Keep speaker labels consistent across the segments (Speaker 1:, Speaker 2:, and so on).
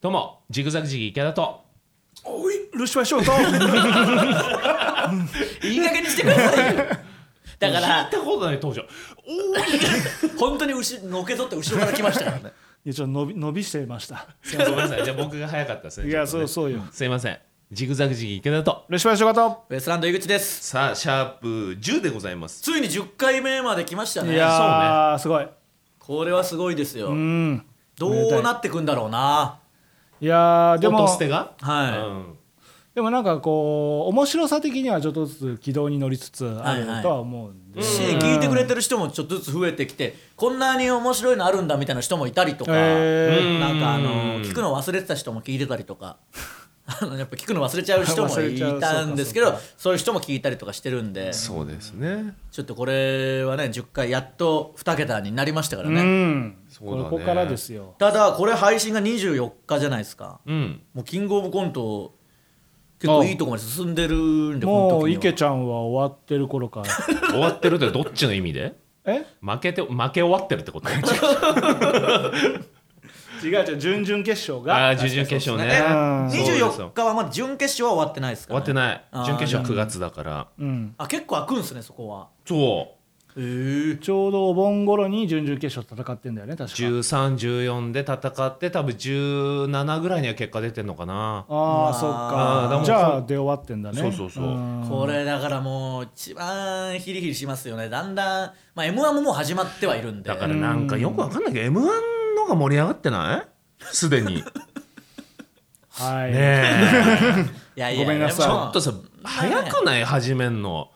Speaker 1: どうもジグザグジギー池田と
Speaker 2: おいルシファーショー ト
Speaker 3: いい加減にしてくださいよ だか
Speaker 1: 聞
Speaker 3: ら
Speaker 1: いたことない登場
Speaker 3: 本当に後ろのけぞって後ろから来ましたから ね
Speaker 2: いやちょっと伸び伸びしてました
Speaker 1: ごめんなさいじゃあ僕が早かったですね
Speaker 2: いや
Speaker 1: ちょっとね
Speaker 2: そうそうよ
Speaker 1: すいませんジグザグジギー池田と
Speaker 2: ルシファーショート
Speaker 3: ウエストランド井口です
Speaker 1: さあシャープ10でございます
Speaker 3: ついに10回目まで来ました
Speaker 2: い
Speaker 3: ね
Speaker 2: やー、すごい
Speaker 3: これはすごいですよ、
Speaker 2: うん
Speaker 3: ど
Speaker 2: めでた
Speaker 3: う
Speaker 2: い
Speaker 3: なってくんだろうない
Speaker 2: やーで
Speaker 1: 音
Speaker 2: も
Speaker 1: 捨てが
Speaker 3: はい
Speaker 1: うん
Speaker 2: でもなんかこう面白さ的にはちょっとずつ軌道に乗りつつあるとは思うんで、
Speaker 3: し聞いてくれてる人もちょっとずつ増えてきてこんなに面白いのあるんだみたいな人もいたりとか、
Speaker 2: へ
Speaker 1: ー
Speaker 3: なんかあの
Speaker 1: うん
Speaker 3: 聞くの忘れてた人も聞いてたりとか あのやっぱ聞くの忘れちゃう人も
Speaker 2: 忘れちゃう
Speaker 3: いたんですけ
Speaker 2: そ
Speaker 3: ど
Speaker 2: う
Speaker 3: そ
Speaker 2: か
Speaker 3: ういう人も聞いたりとかしてるんで
Speaker 1: そうですね
Speaker 3: ちょっとこれはね10回やっと2桁になりましたから
Speaker 2: う
Speaker 3: ね、
Speaker 2: ん
Speaker 1: そうだね
Speaker 2: ここからですよ
Speaker 3: ただこれ配信が24日じゃないですか
Speaker 1: うん
Speaker 3: もうキングオブコント結構いいとこまで進んでるんでこの
Speaker 2: も
Speaker 3: 時
Speaker 2: う
Speaker 3: には
Speaker 2: 池ちゃんは終わってる頃から
Speaker 1: 終わってるってどっちの意味で
Speaker 2: え
Speaker 1: 負けて負け終わってるって こと
Speaker 2: 違う違う準々決勝
Speaker 1: あ
Speaker 2: が
Speaker 1: あー準々決勝ね
Speaker 2: うん
Speaker 1: そうですよ
Speaker 3: 24日はまだ準決勝は終わってないですか
Speaker 1: 終
Speaker 3: ら、
Speaker 1: わ
Speaker 3: ね、
Speaker 1: ってない
Speaker 3: あー
Speaker 1: 準決勝9月だから
Speaker 2: うん
Speaker 3: あ結構開くんですねそこは
Speaker 1: そう
Speaker 3: へえ
Speaker 2: ちょうどお盆頃に準々決勝戦ってんだよね確か
Speaker 1: 1314で戦って多分17ぐらいには結果出てんのかな
Speaker 2: ああそっ
Speaker 1: あーで
Speaker 2: か
Speaker 1: も
Speaker 2: じゃあ出終わってんだね
Speaker 1: そうそうそう
Speaker 3: これだからもう一番ヒリヒリしますよねだんだん、まあ、m 1ももう始まってはいるんで
Speaker 1: だからなんかよくわかんないけど m 1のが盛り上がってないすでにね
Speaker 2: はい
Speaker 1: え
Speaker 3: いやい
Speaker 2: ごめんなさい
Speaker 1: ちょっとさ早く
Speaker 3: い
Speaker 1: ない始めんの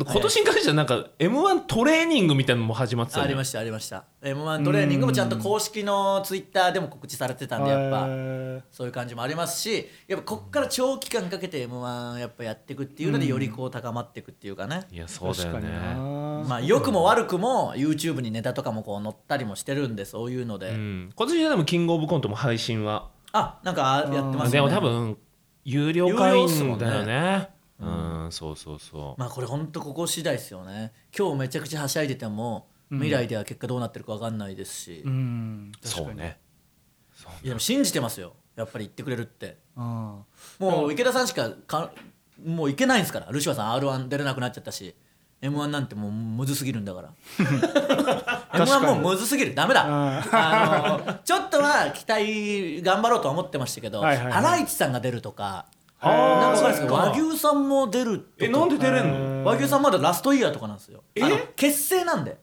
Speaker 1: 今年に関してはなんか m 1トレーニングみたいなのも始まってた
Speaker 3: あ
Speaker 1: よ
Speaker 3: り
Speaker 1: ね
Speaker 3: ましたありました m 1トレーニングもちゃんと公式のツイッターでも告知されてたんでやっぱ
Speaker 2: えー
Speaker 3: そういう感じもありますしやっぱこっから長期間かけて m 1やっぱやっていくっていうのでよりこう高まっていくっていうかね、
Speaker 1: いやそうだよ
Speaker 2: 確かに
Speaker 1: ね
Speaker 2: な
Speaker 3: まあ良くも悪くも YouTube にネタとかもこう載ったりもしてるんでそういうので、
Speaker 1: うん今年はでもキングオブコントも配信は
Speaker 3: あなんかやってます
Speaker 1: で
Speaker 3: よ
Speaker 1: も
Speaker 3: ね
Speaker 1: 多分有料会員だよねうんそうそうそう
Speaker 3: まあこれほんとここ次第ですよね今日めちゃくちゃはしゃいでても未来では結果どうなってるか分かんないですし、
Speaker 2: う
Speaker 3: い
Speaker 2: ん
Speaker 1: そうね
Speaker 3: やでも信じてますよやっぱり言ってくれるって
Speaker 2: うん
Speaker 3: もう池田さんしかかもういけないんですからルシファーさん r 1出れなくなっちゃったし m 1なんてもうむずすぎるんだから m 1もうむずすぎるダメだ、あのちょっとは期待頑張ろうとは思ってましたけど
Speaker 2: はいはいはい
Speaker 3: ハライチさんが出るとか
Speaker 1: あー
Speaker 3: なんかそうです
Speaker 1: そ
Speaker 3: け
Speaker 1: っ
Speaker 3: ど
Speaker 1: か
Speaker 3: 和牛さんも出ると
Speaker 1: え
Speaker 3: か
Speaker 1: なんで出れんの
Speaker 3: 和牛さんまだラストイヤーとかなんですよあの結成なんで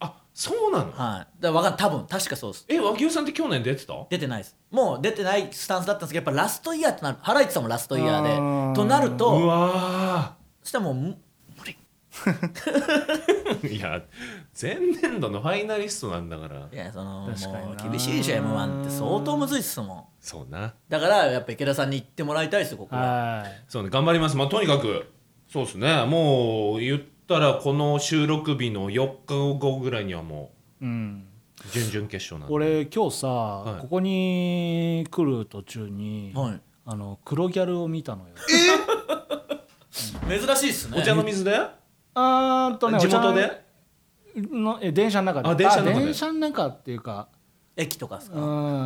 Speaker 1: あそうなの
Speaker 3: はい、だからわかん多分確かそうです
Speaker 1: え和牛さんって去年出てた
Speaker 3: 出てないですもう出てないスタンスだったんですけどやっぱラストイヤーとなるハライチさんもラストイヤ
Speaker 2: あ
Speaker 3: ー
Speaker 2: ー
Speaker 3: でとなると
Speaker 1: わ
Speaker 3: そしたらもうむ
Speaker 1: ー いや前年度のファイナリストなんだから
Speaker 3: いやその
Speaker 2: 確かに
Speaker 3: も
Speaker 2: な
Speaker 3: う厳しいでしょ m 1って相当むずいっすもん
Speaker 1: そうな
Speaker 3: だからやっぱ池田さんに言ってもらいたいですよここは
Speaker 2: はい
Speaker 1: そうね頑張りますまあとにかくそうですねもう言ったらこの収録日の4日後ぐらいにはも
Speaker 2: うん
Speaker 1: う準々決勝なんで
Speaker 2: 俺今日さ、
Speaker 1: い
Speaker 2: ここに来る途中に、
Speaker 3: はい
Speaker 2: あの黒ギャルを見たのよ
Speaker 3: 珍しいっすね
Speaker 1: お茶の水で
Speaker 2: あーっとね
Speaker 1: 地元
Speaker 2: お茶
Speaker 1: で
Speaker 2: のえ電車の中で
Speaker 1: あ電車の中で
Speaker 2: あ電車の中っていうか
Speaker 3: 駅とかっす
Speaker 2: う
Speaker 3: か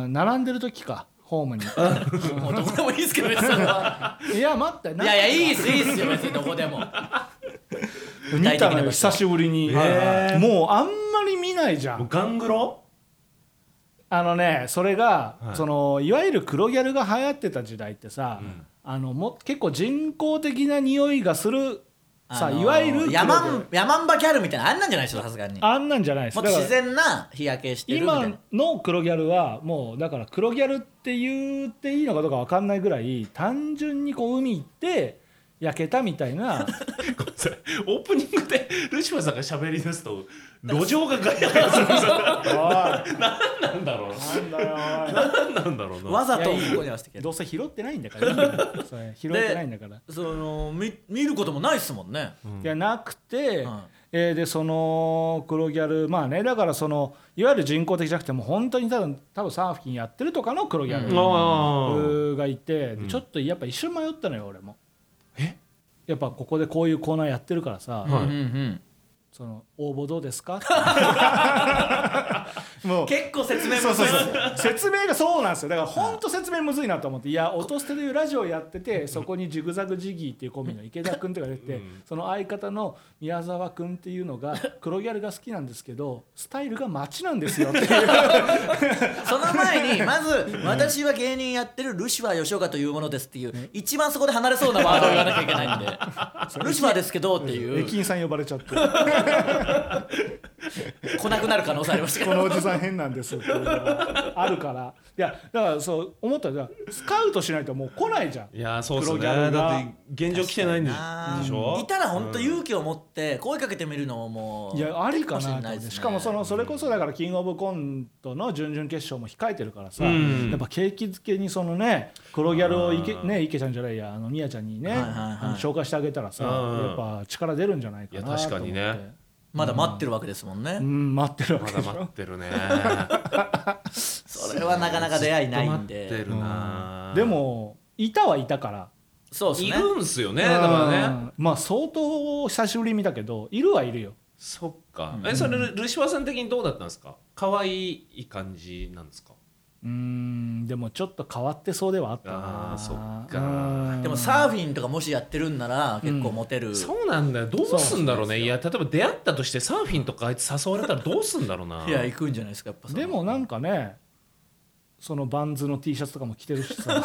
Speaker 2: ん並んでる時かホームに
Speaker 3: もうどこでもいいっすけど別 にそれはい
Speaker 2: や待って
Speaker 3: い
Speaker 2: なんか
Speaker 3: やいやいいっすいいっすよ別にどこ でも
Speaker 2: 見たの
Speaker 3: 具体的な
Speaker 2: よ
Speaker 3: 場所
Speaker 2: 久しぶりに、
Speaker 1: へー
Speaker 2: もうあんまり見ないじゃ
Speaker 1: もうんガングロ
Speaker 2: あのねそれが、
Speaker 1: はい
Speaker 2: い、そのいわゆる黒ギャルが流行ってた時代ってさ、
Speaker 1: うん
Speaker 2: あのも結構人工的な匂いがするさ、
Speaker 3: あのー
Speaker 2: いわゆる黒ギ
Speaker 3: ヤ
Speaker 2: ャル
Speaker 3: マンヤマンバギャルみたいなあんなんじゃないでしょさすがにも
Speaker 2: あんなんじゃないです
Speaker 3: っと
Speaker 2: だから
Speaker 3: 自然な日焼けしてるみたいな
Speaker 2: 今の黒ギャルはもうだから黒ギャルって言っていいのかどうか分かんないぐらい単純にこう海行って焼けたみたいな
Speaker 1: ごめんなさいオープニングで ルシファーさんが喋り出すと路上がガヤガヤする
Speaker 2: おいな
Speaker 1: 何なんだろうん
Speaker 2: だよ
Speaker 1: 何なんだろうな
Speaker 3: わざと
Speaker 2: いやいい
Speaker 3: ここに合わせて
Speaker 2: お
Speaker 3: きて
Speaker 2: い
Speaker 3: る
Speaker 2: どうせ拾ってないんだからいい よそれ拾ってないんだから、
Speaker 3: その見見ることもないっすもんね、
Speaker 2: いやなくて、
Speaker 3: はい
Speaker 2: えーでその黒ギャルまあねだからそのいわゆる人工的じゃなくてもう本当に多分多分サーフィンやってるとかの黒ギャル、
Speaker 1: あー
Speaker 2: がいて、
Speaker 1: うん
Speaker 2: ちょっとやっぱ一瞬迷ったのよ俺も
Speaker 1: え
Speaker 2: やっぱここでこういうコーナーやってるからさ、
Speaker 1: はい
Speaker 3: うんうん
Speaker 2: その応募どうです か もう
Speaker 3: 結構説明
Speaker 2: そう
Speaker 3: も
Speaker 2: そう
Speaker 3: す
Speaker 2: そ
Speaker 3: る
Speaker 2: う 説明がそうなんですよだから本当説明むずいなと思って「いや音捨て」というラジオやっててそこにジグザグジギーっていうコンビの池田君っていうのが出ててその相方の宮沢君っていうの が黒ギャルが好きなんですけどスタイルが街なんですよって いう
Speaker 3: その前にまず私は芸人やってるルシファー吉岡というものですっていう一番そこで離れそうなワードを言わなきゃいけないんでルシファーですけどっていう
Speaker 2: 駅員さん呼ばれちゃって
Speaker 3: 来なくなる可能性ありましたけ
Speaker 2: こ
Speaker 3: ど
Speaker 2: のおじさん変なんですっていうのがあるからいやだからそう思ったらスカウトしないともう来ないじゃん
Speaker 1: いやーそうっす
Speaker 2: 黒
Speaker 1: ね
Speaker 2: ギャルが
Speaker 1: だって現状来てないんででしょ
Speaker 3: いたら本当勇気を持って声かけてみるのももう
Speaker 2: い
Speaker 3: い
Speaker 2: やありかなと思ってし,、かもそのそれこそだからキングオブコントの準々決勝も控えてるからさ、
Speaker 1: うん
Speaker 2: やっぱ景気づけにそのね黒ギャルをいけ
Speaker 1: あー
Speaker 2: ね池ちゃんじゃないやあの宮ちゃんにね、
Speaker 3: はいはいはい
Speaker 2: あの紹介してあげたらさ、
Speaker 1: うん
Speaker 2: やっぱ力出るんじゃないかなと思って
Speaker 1: いや確かにね
Speaker 3: まだ待ってるわけですもんね、
Speaker 2: うん待ってるわ
Speaker 1: ま
Speaker 2: け
Speaker 1: だ
Speaker 2: でしょ、
Speaker 1: 待ってるね
Speaker 3: それはなかなか出会いな
Speaker 1: ず
Speaker 3: いん
Speaker 1: っと待って
Speaker 3: で
Speaker 1: るな
Speaker 2: でもいたはいたから、
Speaker 3: そうです
Speaker 1: い
Speaker 3: ね
Speaker 1: るんすよねだから
Speaker 2: う
Speaker 1: ね
Speaker 2: んまあ相当久しぶりに見たけどいるはいるよ
Speaker 1: そっかえそれルルシファーさん的にどうだったんですか可愛い感じなんですか
Speaker 2: うんでもちょっと変わってそうではあったな
Speaker 1: あーそっか
Speaker 2: うん
Speaker 3: でもサーフィンとかもしやってるんなら結構モテる、
Speaker 1: そうなんだよどうすんだろうねいや例えば出会ったとしてサーフィンとかあいつ誘われたらどうすんだろうな
Speaker 3: いや行くんじゃないですかやっぱその
Speaker 2: でもなんかねそのバンズの T シャツとかも着てるしさ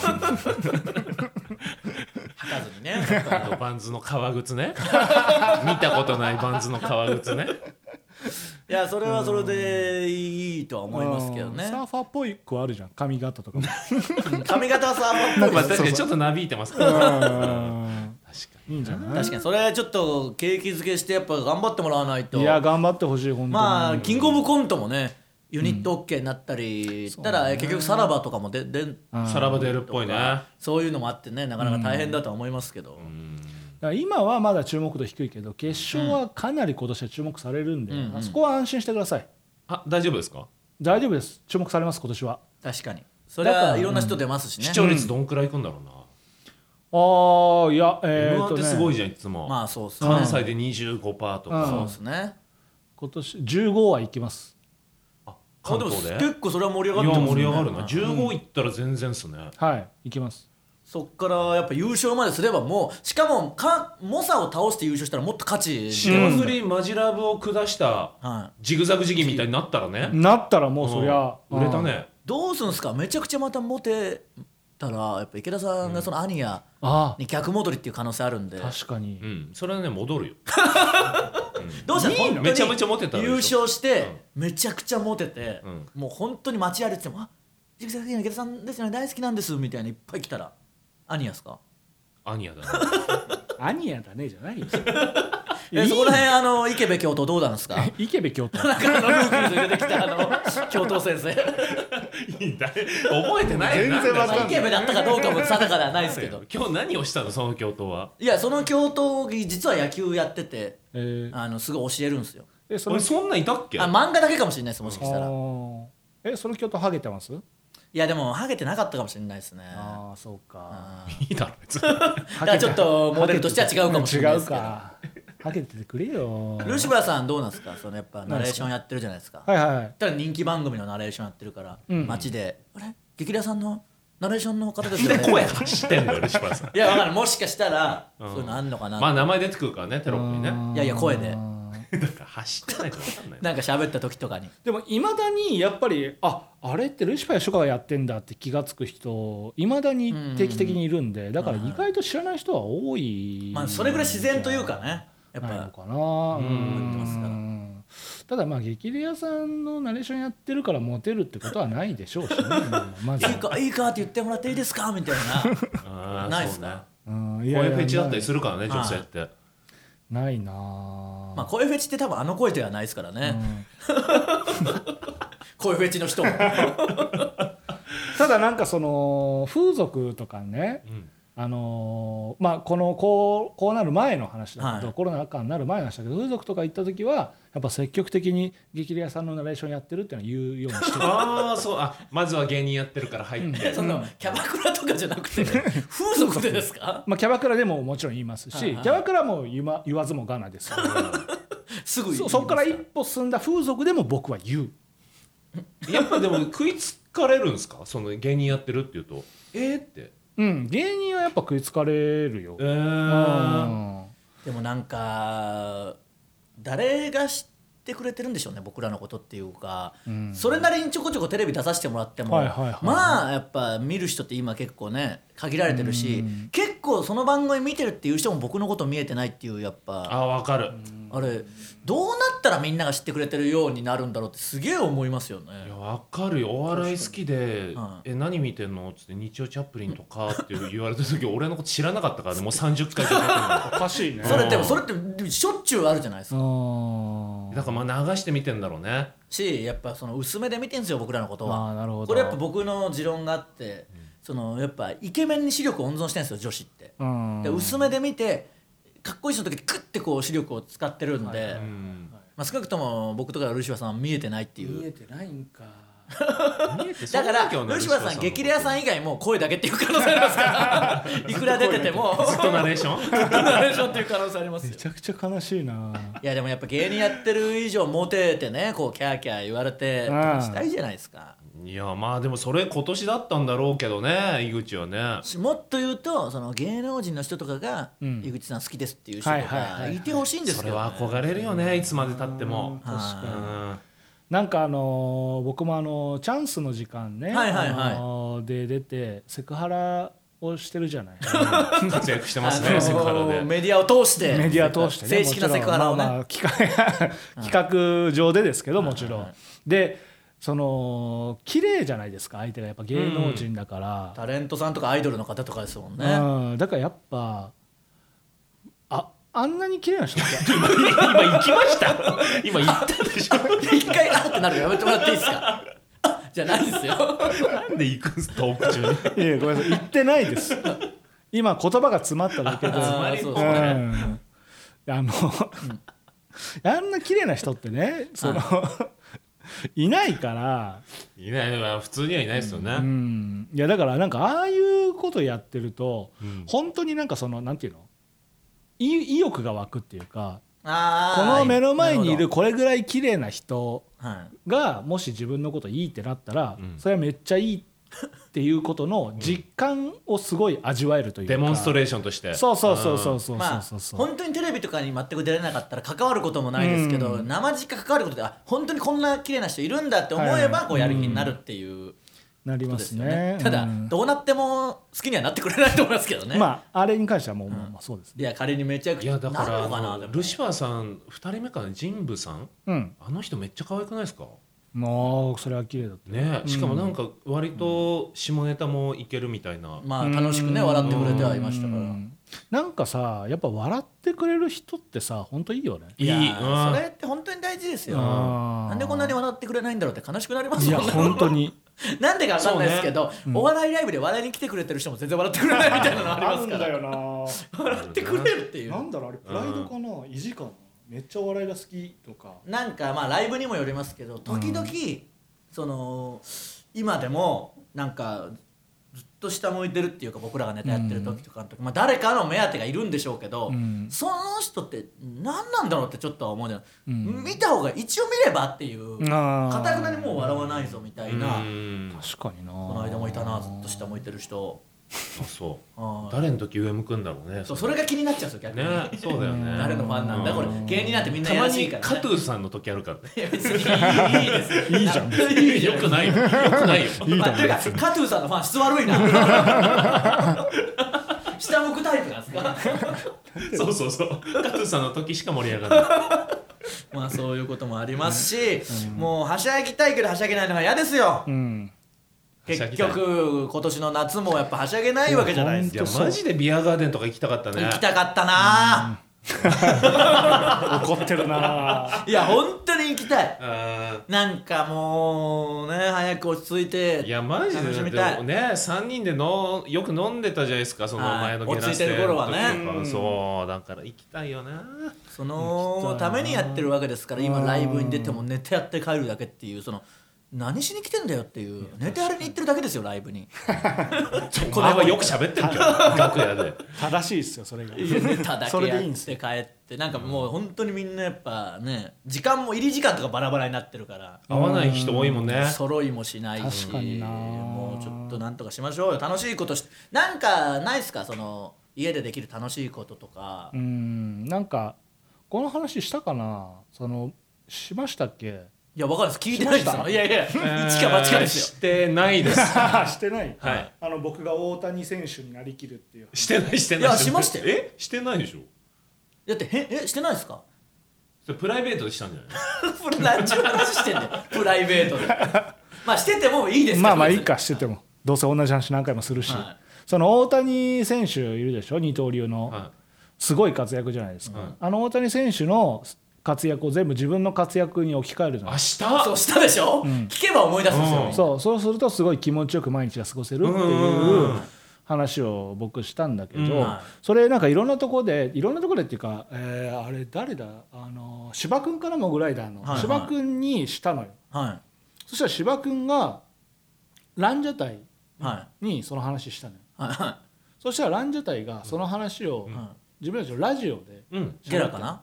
Speaker 3: 履かずにねやっぱ
Speaker 1: あとバンズの革靴ね 見たことないバンズの革靴ね
Speaker 3: いやそれはそれでいいとは 思いますけどね
Speaker 2: うんサーファーっぽい子あるじゃん髪型 とかも
Speaker 3: 髪型はサーファーっぽい
Speaker 1: まあ確かにちょっとなびいてますから確か
Speaker 2: うんいいんじゃない
Speaker 3: 確かにそれちょっと景気づけしてやっぱ頑張ってもらわないと
Speaker 2: いや頑張ってほしい本当に
Speaker 3: まあキングオブコントもねユニット OK になったりしたら、結局さらばとかもでで
Speaker 2: うん
Speaker 1: にさらば出るっぽいね
Speaker 3: そういうのもあってねなかなか大変だとは思いますけど、
Speaker 2: だから今はまだ注目度低いけど決勝はかなり今年は注目されるんで、
Speaker 3: うんうん
Speaker 2: あそこは安心してください
Speaker 1: あ大丈夫ですか
Speaker 2: 大丈夫です注目されます今年は
Speaker 3: 確かにそれ
Speaker 2: だから
Speaker 3: はいろんな人出ますしね
Speaker 1: 視、聴率どんくらいいくんだろうな
Speaker 2: ああいやえ
Speaker 1: m
Speaker 2: ー、
Speaker 1: 1
Speaker 2: と
Speaker 1: って
Speaker 2: ね
Speaker 1: すごいじゃんいつも
Speaker 3: まあそうですね
Speaker 1: 関西で25%と
Speaker 2: うん
Speaker 1: か
Speaker 3: そうですね
Speaker 2: 今年15はいきます
Speaker 1: あ
Speaker 3: あ
Speaker 1: 関東
Speaker 3: で
Speaker 1: で
Speaker 3: も
Speaker 1: いや
Speaker 3: 結構それは盛り上がってます
Speaker 1: 盛り
Speaker 3: よね
Speaker 1: 上がるな15いったら全然っすね
Speaker 2: はいいきます
Speaker 3: そっからやっぱ優勝まですればもうしかもか猛者を倒して優勝したらもっと勝ち
Speaker 1: 霜降りマジラブを下した
Speaker 3: は
Speaker 1: ジグザグジギみたいになったらね
Speaker 2: なったらもうそりゃ、
Speaker 1: うん売れたね
Speaker 3: い、どうすんすかめちゃくちゃまたモテたらやっぱ池田さんがそのアニヤ
Speaker 2: あ
Speaker 3: に逆戻りっていう可能性あるんで
Speaker 2: あ確かに
Speaker 1: うんそれはね戻るよ
Speaker 3: どうしたら本当に
Speaker 1: めちゃめちゃモテたらでしょ
Speaker 3: 優勝してめちゃくちゃモテて、
Speaker 1: うん
Speaker 3: もう本当に街歩いてても「あジグザグジギーの池田さんですよね大好きなんです」みたいないっぱい来たらアニヤっすか
Speaker 1: アニヤだな
Speaker 2: アニヤだねじゃないよ
Speaker 3: えそこら辺あの池部教頭どうなんで すか
Speaker 2: 池部 教頭
Speaker 3: なんかあのルーキーズ出てきたあの 教頭先生
Speaker 1: いいんだ覚えてないよ
Speaker 2: 全然わかんない
Speaker 3: イケメンだったかどうかも定かではないですけど
Speaker 1: 今日何をしたのその教頭はい
Speaker 3: やその教頭実は野球やってて
Speaker 2: えー
Speaker 3: あのすごい教えるんですよ
Speaker 2: えその
Speaker 1: 俺そんなんいたっけ
Speaker 3: あ漫画だけかもしれないですもしかした
Speaker 2: あ
Speaker 3: らい
Speaker 2: ーえその教頭ハゲてます
Speaker 3: やでもハゲてなかったかもしれないですね
Speaker 2: ああそうか
Speaker 1: いいだろ別に
Speaker 3: だからちょっとモデルとしては違うかもしれないですけど
Speaker 2: 違うかハゲててくれよ
Speaker 3: ルシファーさんどうなんですかそのやっぱナレーションやってるじゃないですか
Speaker 2: はいはい
Speaker 3: ただ人気番組のナレーションやってるから
Speaker 2: うん
Speaker 3: 街で「あれ劇団さんのナレーションの方ですよね」
Speaker 1: 声走ってんだよルシファーさん
Speaker 3: いやわかるもしかしたらそういう のあんのかな、
Speaker 1: まあ名前出てくるからねテロップにね
Speaker 2: あー
Speaker 3: いやいや声で
Speaker 1: だから走ってないと分かんない
Speaker 3: なんか喋った時とかに
Speaker 2: でもいまだにやっぱりああれってルシファー吉川がやってんだって気が付く人いまだに定期的にいるんでだから意外と知らない人は多い
Speaker 3: まあそれぐらい自然というかねやっ
Speaker 2: ないの
Speaker 3: ぱ
Speaker 2: かなうん
Speaker 3: 思ってますか
Speaker 2: た
Speaker 3: ら
Speaker 2: だまあ激レアさんのナレーションやってるからモテるってことはないでしょうしねまず
Speaker 3: いいかいいかって言ってもらっていいですかみたい
Speaker 1: あ
Speaker 3: な
Speaker 1: ー
Speaker 3: ないで
Speaker 1: そ
Speaker 3: す
Speaker 1: うね
Speaker 3: か、
Speaker 2: うんいやい
Speaker 1: 声
Speaker 2: や
Speaker 1: フェチだったりするからね
Speaker 3: いやいや
Speaker 1: 女性って
Speaker 2: ないなあ
Speaker 3: まあ、声フェチって多分あの声ではないですからね、
Speaker 2: うん
Speaker 3: 声フェチの 人も
Speaker 2: ただなんかその風俗とかね
Speaker 1: うん
Speaker 2: あのーまあこのこうこうなる前の話だけど、
Speaker 3: はい
Speaker 2: コロナ禍になる前の話だけど風俗とか行った時はやっぱ積極的に激レアさんのナレーションやってるっていうのは言うようにし てる
Speaker 1: ああそうあまずは芸人やってるから入って
Speaker 3: そのキャバクラとかじゃなくて風俗でですか
Speaker 2: まあキャバクラでももちろん言いますし、
Speaker 3: はいはい
Speaker 2: キャバクラも言わ言わずもがなですよ
Speaker 3: すぐ言い
Speaker 2: そ
Speaker 3: ます
Speaker 2: そこから一歩進んだ風俗でも僕は言う
Speaker 1: やっぱでも食いつかれるんですかその芸人やってるっていうとえー、って
Speaker 2: うん芸人はやっぱ食いつかれるよ、
Speaker 1: え
Speaker 2: う
Speaker 1: ー、
Speaker 2: ん
Speaker 3: でもなんか誰が知ってくれてるんでしょうね僕らのことっていうか、それなりにちょこちょこテレビ出させてもらっても、
Speaker 2: はいはいはいはい
Speaker 3: まあやっぱ見る人って今結構ね限られてるし、結構その番組見てるっていう人も僕のこと見えてないっていうやっぱあ
Speaker 1: あわかる
Speaker 3: れどうなったらみんなが知ってくれてるようになるんだろうってすげえ思いますよ
Speaker 1: い
Speaker 3: ね
Speaker 1: や。わかるよお笑い好きで
Speaker 3: は
Speaker 1: 「え何見てんの?」っつって「日曜チャップリンとか」って言われた時俺のこと知らなかったから ねもう30回とか
Speaker 2: おかしいね
Speaker 3: それでもそれってしょっちゅうあるじゃないですか
Speaker 2: あ
Speaker 1: だからまあ流して見てんだろうね
Speaker 3: しやっぱその薄めで見てんですよ僕らのこと
Speaker 2: あー
Speaker 3: は
Speaker 2: なるほど
Speaker 3: これやっぱ僕の持論があって、そのやっぱイケメンに視力を温存してるんですよ女子って、
Speaker 2: あ
Speaker 3: で薄めで見てかっこいい人の時クッてこう視力を使ってるんで、
Speaker 1: うん
Speaker 3: まあ、少なくとも僕とかルシファーさんは見えてないっていう
Speaker 2: てないんか
Speaker 3: だからルシファーさん激レアさん以外もう声だけっていう可能性ありますから いくら出てても
Speaker 1: ずっとナレーション
Speaker 3: ナレーションっていう可能性ありますよ
Speaker 2: めちゃくちゃ悲しいない
Speaker 3: やでもやっぱ芸人やってる以上モテてねこうキャーキャー言われてとかしたいじゃないですか。
Speaker 1: いやまあでもそれ今年だったんだろうけどね井口はね
Speaker 3: しもっと言うとその芸能人の人とかが
Speaker 2: ん
Speaker 3: 井口さん好きですっていう人と
Speaker 2: はいはいはい
Speaker 3: か
Speaker 2: はい
Speaker 3: いてほしいんです
Speaker 1: そ
Speaker 3: け
Speaker 1: れ
Speaker 3: ど、
Speaker 1: は憧れるよねいつまでたっても
Speaker 2: 確かに
Speaker 1: うん
Speaker 2: なんかあのー僕もあのーチャンスの時間ね、
Speaker 3: はいはいはい
Speaker 2: あのーで出てセクハラをしてるじゃない
Speaker 1: 活躍して
Speaker 3: あ
Speaker 1: ます
Speaker 3: の
Speaker 1: ねセクハラで
Speaker 3: メディアを通して
Speaker 2: メディア通してね
Speaker 3: 正式なセクハラをね、
Speaker 2: もちろんまあまあ企画 企画上でですけどもちろん、でその綺麗じゃないですか相手がやっぱ芸能人だから、
Speaker 3: タレントさんとかアイドルの方とかですもんね、
Speaker 2: うんだからやっぱああんなに綺麗な人って
Speaker 1: 今行きました 今行ったでしょ
Speaker 3: 一回あーってなるのやめてもらっていいですかあじゃない んですよ
Speaker 1: なんで行くんですトーク中に
Speaker 2: いやごめんなさい言ってないです今言葉が詰まっただけで、
Speaker 3: あー
Speaker 1: まり
Speaker 3: そう
Speaker 2: う
Speaker 3: ですね
Speaker 2: ん、あの、あんな綺麗な人ってねその、いないから、
Speaker 1: いないまあ普通にはいないですよね、
Speaker 2: うん、いやだからなんかああいうことやってると、本当になんかそのなんていうの意意欲が湧くっていうか
Speaker 3: あ
Speaker 2: こ
Speaker 3: ー
Speaker 2: の目の前にい
Speaker 3: な
Speaker 2: る
Speaker 3: ほ
Speaker 2: これぐらい綺麗な人
Speaker 3: どはい
Speaker 2: がもし自分のこといいってなったら、
Speaker 1: うん
Speaker 2: それはめっちゃいいっていうことの実感をすごい味わえるというか、
Speaker 1: デモンスト
Speaker 2: ー
Speaker 1: レーションとして
Speaker 2: そうそうそうそ
Speaker 1: ん
Speaker 2: うそう
Speaker 3: まあ
Speaker 2: そうそう、
Speaker 3: 本当にテレビとかに全く出れなかったら関わることもないですけど、
Speaker 2: うん
Speaker 3: 生実家関わることであ本当にこんな綺麗な人いるんだって思え
Speaker 2: はい
Speaker 3: ばこうやる気になるっていう。
Speaker 2: なり
Speaker 3: こと
Speaker 2: ま
Speaker 3: ですすよ
Speaker 2: ね
Speaker 3: ね。ただ、
Speaker 2: うん
Speaker 3: どうなっても好きにはなってくれないと思いますけどね。
Speaker 2: まああれに関してはもう、まあまあそうですね
Speaker 3: いや仮にめちゃ
Speaker 1: い
Speaker 3: くちゃ
Speaker 1: やだ
Speaker 3: な
Speaker 1: か
Speaker 3: る
Speaker 1: ら
Speaker 3: のかな
Speaker 1: あ
Speaker 3: で
Speaker 1: の
Speaker 3: も
Speaker 1: ルシファーさん2人目かなジンブさん
Speaker 2: うん
Speaker 1: あの人めっちゃ可愛くないですか
Speaker 2: もうそれは綺麗だった
Speaker 1: ねしかもなんか割と下ネタもいけるみたいな、
Speaker 3: まあ楽しくね笑ってくれてはいましたから。
Speaker 2: なんかさやっぱ笑ってくれる人ってさ本当いいよね
Speaker 1: い
Speaker 3: い
Speaker 1: い
Speaker 3: や
Speaker 1: うん
Speaker 3: ーそれって本当に大事ですよ。
Speaker 2: うん
Speaker 3: なんでこんなに笑ってくれないんだろうって悲しくなりま す
Speaker 2: いや
Speaker 3: よね。
Speaker 2: 本当 に
Speaker 3: なんでかわかんないですけど、お笑いライブで笑いに来てくれてる人も全然笑ってくれないみたいなのありますから。
Speaker 2: よ
Speaker 3: 笑ってくれるってい
Speaker 2: なな
Speaker 3: う。
Speaker 2: んだろうあれプライドかな意地かなめっちゃお笑いが好きとか
Speaker 3: なんかまあライブにもよりますけど時々、その今でもなんかずっと下向いてるっていうか僕らがネタやってる時とかの時、まあ、誰かの目当てがいるんでしょうけど、
Speaker 2: ん
Speaker 3: その人って何なんだろうってちょっとは思うじゃない、
Speaker 2: ん
Speaker 3: 見た方が一応見ればっていう
Speaker 2: あー
Speaker 3: かたくなにもう笑わないぞみたいな、
Speaker 1: うんあ
Speaker 2: 確かにな
Speaker 3: この間もいたなずっと下向いてる人
Speaker 1: そ
Speaker 3: あ
Speaker 1: う誰の時上向くんだろうね
Speaker 3: そうそれが気になっちゃうんですよ逆に、
Speaker 1: ねそうだよね
Speaker 3: 誰のファンなんだこれ芸人なんてみんな
Speaker 1: た
Speaker 3: や
Speaker 1: ま
Speaker 3: らしい
Speaker 1: に
Speaker 3: から、ね、
Speaker 1: カトゥーさんの時あるからね
Speaker 3: いや別にいいいいです
Speaker 2: いいじゃん
Speaker 3: いいじゃん
Speaker 1: よくないよよくないよ
Speaker 2: いい
Speaker 3: ま
Speaker 2: だろ
Speaker 3: あ、と いうかカトゥーさんのファン質悪いな下向くタイプなんですか
Speaker 1: そうそうそうカトゥーさんの時しか盛り上が らない
Speaker 3: まあそういうこともありますし、もうはしゃぎたいけどはしゃげないのが嫌ですよ、
Speaker 2: うん
Speaker 3: 結局今年の夏もやっぱはしゃげないわけじゃないです
Speaker 1: い
Speaker 3: か
Speaker 1: やマジでビアガーデンとか行きたかったね
Speaker 3: 行きたかったな
Speaker 2: 怒ってるな
Speaker 3: いや本当に行きたい
Speaker 1: あ
Speaker 3: なんかもうね早く落ち着いて
Speaker 1: ーいやマジで
Speaker 3: 楽しみ
Speaker 1: だ
Speaker 3: た
Speaker 1: っ
Speaker 3: い
Speaker 1: てね3人でのよく飲んでたじゃないですかその前の
Speaker 3: は
Speaker 1: ゲ
Speaker 3: い
Speaker 1: ラス
Speaker 3: 落ち着いてる頃はね
Speaker 1: テの時とかそうだから行きたいよな
Speaker 3: そのためにやってるわけですから今ライブに出ても寝てやって帰るだけっていうその何しに来てんだよっていう寝てあれに行ってるだけですよライ ブに
Speaker 1: お前はよく喋ってるけ ど楽屋で
Speaker 2: 正しいですよそれが
Speaker 3: いやネタだ
Speaker 2: そ
Speaker 3: け
Speaker 2: れで
Speaker 3: や
Speaker 2: いいん
Speaker 3: っ
Speaker 2: です
Speaker 3: て帰ってなんかもう本当にみんなやっぱね時間も入り時間とかバラバラになってるから
Speaker 1: 会わない人多いもんね
Speaker 3: 揃いもしないし
Speaker 2: 確かにな
Speaker 3: もうちょっとなんとかしましょうよ楽しいことしなんかないですかその家でできる楽しいこととか
Speaker 2: うんなんかこの話したかなそのしましたっけ
Speaker 3: いやわかんないです聞いてないです
Speaker 2: しまし
Speaker 3: よ
Speaker 2: た
Speaker 3: いやいや 一か八かですよ
Speaker 1: えーしてないです
Speaker 2: してない、
Speaker 1: はい
Speaker 2: あの僕が大谷選手になりきるっていう
Speaker 1: してないしてない
Speaker 3: いやしましたよ
Speaker 1: えしてないでしょ
Speaker 3: だってへえしてないですか
Speaker 1: それプライベートでしたんじゃない
Speaker 3: これ 何ちゅう話してんねんプライベ ートでまあしててもいいですけど
Speaker 2: まあまあいい
Speaker 3: 別
Speaker 2: か
Speaker 3: に
Speaker 2: しててもどうせ同じ話何回もするし、
Speaker 3: はい
Speaker 2: その大谷選手いるでしょ二刀流の、
Speaker 1: は
Speaker 2: すごい活躍じゃないですか、
Speaker 1: うん
Speaker 2: あの大谷選手の活躍を全部自分の活躍に置き換えるじゃな
Speaker 1: 明
Speaker 2: いいです
Speaker 1: 日
Speaker 3: そうしたでしょ、聞けば思い出すんですよ、
Speaker 1: う
Speaker 2: かそうそうするとすごい気持ちよく毎日が過ごせるって
Speaker 1: うんうん
Speaker 2: いううん話を僕したんだけど、
Speaker 1: うん
Speaker 2: それなんかいろんなとこでいろんなとこでっていうか、えーあれ誰だあの芝君かなモグライダーの、
Speaker 3: はいはい
Speaker 2: 芝君にしたのよ
Speaker 3: は
Speaker 2: そしたら芝君がランジャタイ
Speaker 3: いはい
Speaker 2: にその話したのよ
Speaker 3: はいは
Speaker 2: そしたらランジャタイがその話を、
Speaker 3: い、は
Speaker 2: 自分たちのラジオで
Speaker 1: うん
Speaker 3: い、ゲラかな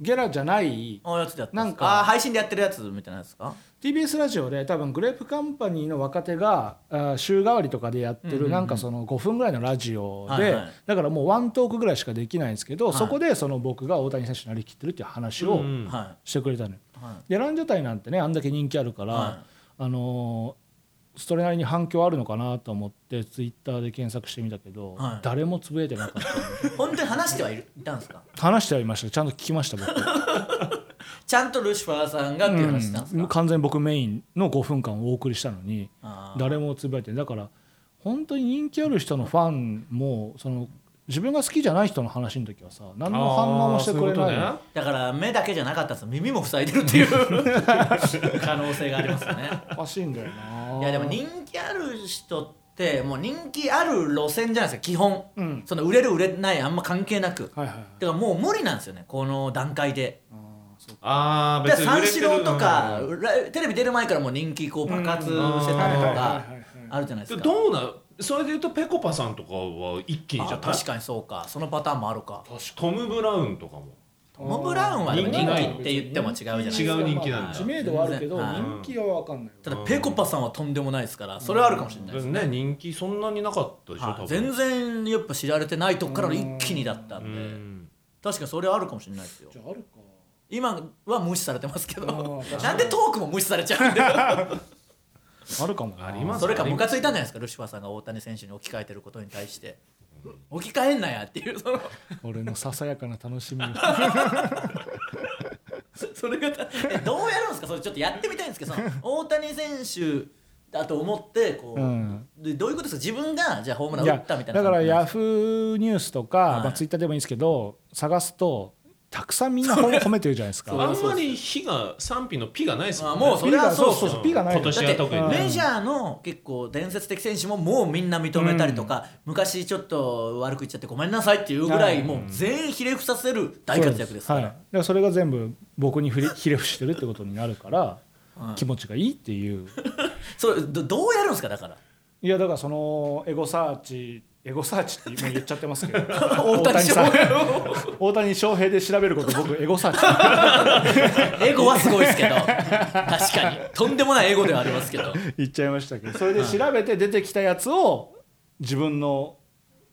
Speaker 2: ゲラじゃない
Speaker 3: ああやつでやった
Speaker 2: なんか
Speaker 3: あー配信でやってるやつみたいなやつですか
Speaker 2: TBS ラジオで多分グレープカンパニーの若手があー週替わりとかでやって
Speaker 3: うんうんう
Speaker 2: る
Speaker 3: ん
Speaker 2: なんかその5分ぐらいのラジオ
Speaker 3: はい
Speaker 2: で
Speaker 3: はい
Speaker 2: だからもうワントークぐらいしかできないんですけど
Speaker 3: はい
Speaker 2: そこでその僕が大谷選手になりきってるっていう話
Speaker 1: う
Speaker 2: を
Speaker 1: ん
Speaker 3: はい
Speaker 2: してくれたのよ。
Speaker 3: はい
Speaker 2: でランジャタイなんてねあんだけ人気あるから、
Speaker 3: は
Speaker 2: あのーそれなりに反響あるのかなと思ってツイッターで検索してみたけど、
Speaker 3: はい
Speaker 2: 誰もつぶえてなかった
Speaker 3: 本当に話してはいるいたんですか
Speaker 2: 話してはいましたちゃんと聞きました僕
Speaker 3: ちゃんとルシファーさんがっていう話したんですか、
Speaker 2: うん完全に僕メインの5分間をお送りしたのに
Speaker 3: あー
Speaker 2: 誰もつぶやいてないだから本当に人気ある人のファンもその自分が好きじゃない人の話の時はさ何の反応もしてくれない
Speaker 1: あー
Speaker 3: だから目だけじゃなかったんですよ耳も塞いでるっ ていう可能性がありますよね
Speaker 2: おかしいんだよない
Speaker 3: いやでも人気ある人ってもう人気ある路線じゃないですか基本、
Speaker 2: うん
Speaker 3: その売れる売れないあんま関係なく
Speaker 2: はいはいはい
Speaker 3: だからもう無理なんですよねこの段階で
Speaker 2: あーそう
Speaker 1: あー
Speaker 3: で
Speaker 1: 別に売
Speaker 3: 三
Speaker 1: れて
Speaker 3: 四
Speaker 1: る
Speaker 3: 郎とか、
Speaker 1: うん
Speaker 3: らテレビ出る前からもう人気こう爆発してた
Speaker 1: うん
Speaker 3: のと
Speaker 2: は
Speaker 3: か
Speaker 2: いはいはいはい
Speaker 3: あるじゃないです
Speaker 1: で
Speaker 3: か
Speaker 1: どうなそれで言うとぺこぱさんとかは一気にじゃ
Speaker 3: あ
Speaker 1: ない
Speaker 3: 確かにそうかそのパターンもあるか
Speaker 1: トム・ブラウンとかも
Speaker 3: トム・ブラウンはでも人気って言っても違うじゃないですか
Speaker 1: 違う人気なんだ
Speaker 2: 知名度はあるけど
Speaker 3: はい
Speaker 2: 人気は分かんない
Speaker 3: ただペコパさんはとんでもないですからそれはあるかもしれないですね
Speaker 1: ね人気そんなになかったでしょ
Speaker 3: は
Speaker 1: 多分
Speaker 3: い全然やっぱ知られてないとこからの一気にだった
Speaker 1: うん
Speaker 3: で
Speaker 1: ん
Speaker 3: 確かにそれはあるかもしれないですよ
Speaker 2: じゃああるか
Speaker 3: 今は無視されてますけど
Speaker 2: うん確かに
Speaker 3: なんでトークも無視されちゃうんで
Speaker 2: あるかもな
Speaker 1: あります
Speaker 3: それかムカついたんじゃないですかルシファーさんが大谷選手に置き換えてることに対して置き換えんなやっていうその
Speaker 2: 俺のささやかな楽 しみ
Speaker 3: それがたえどうやるんですかそれちょっとやってみたいんですけどその大谷選手だと思ってこう、
Speaker 2: うん
Speaker 3: でどういうことですか自分がじゃあホームラン
Speaker 2: い
Speaker 3: 打
Speaker 2: や
Speaker 3: った
Speaker 2: だ
Speaker 3: みた
Speaker 2: か
Speaker 3: いな
Speaker 2: らヤフーニュースとか、
Speaker 3: はい
Speaker 2: まあ、ツイッターでもいいんですけど探すとたくさんみんな褒め褒めてるじゃないですか。
Speaker 1: あんまり火が賛否のピがないですもんね
Speaker 3: あもうそれはそうです
Speaker 2: ピ
Speaker 3: よ
Speaker 2: がそうそうピがない
Speaker 1: 今年は特に
Speaker 3: だっ
Speaker 1: ね
Speaker 3: てメジャーの結構伝説的選手ももうみんな認めたりとか、昔ちょっと悪く言っちゃってごめんなさいっていうぐら
Speaker 2: はい
Speaker 3: いもう全員ひれ伏させる大活躍ですから、
Speaker 2: はい、だからそれが全部僕にふりひれ伏してるってことになるから、気持ちがいいっていう
Speaker 3: それどどうやるんですかだから
Speaker 2: いやだからそのエゴサーチエゴサーチってもう言っちゃってますけど
Speaker 3: 大谷
Speaker 2: 大谷
Speaker 3: 翔
Speaker 2: さん
Speaker 3: 平を
Speaker 2: 大谷翔平で調べること僕エゴサーチ
Speaker 3: エゴはすごいですけど確かにとんでもないエゴではありますけど
Speaker 2: 言っちゃいましたけどそれで調べて出てきたやつを自分の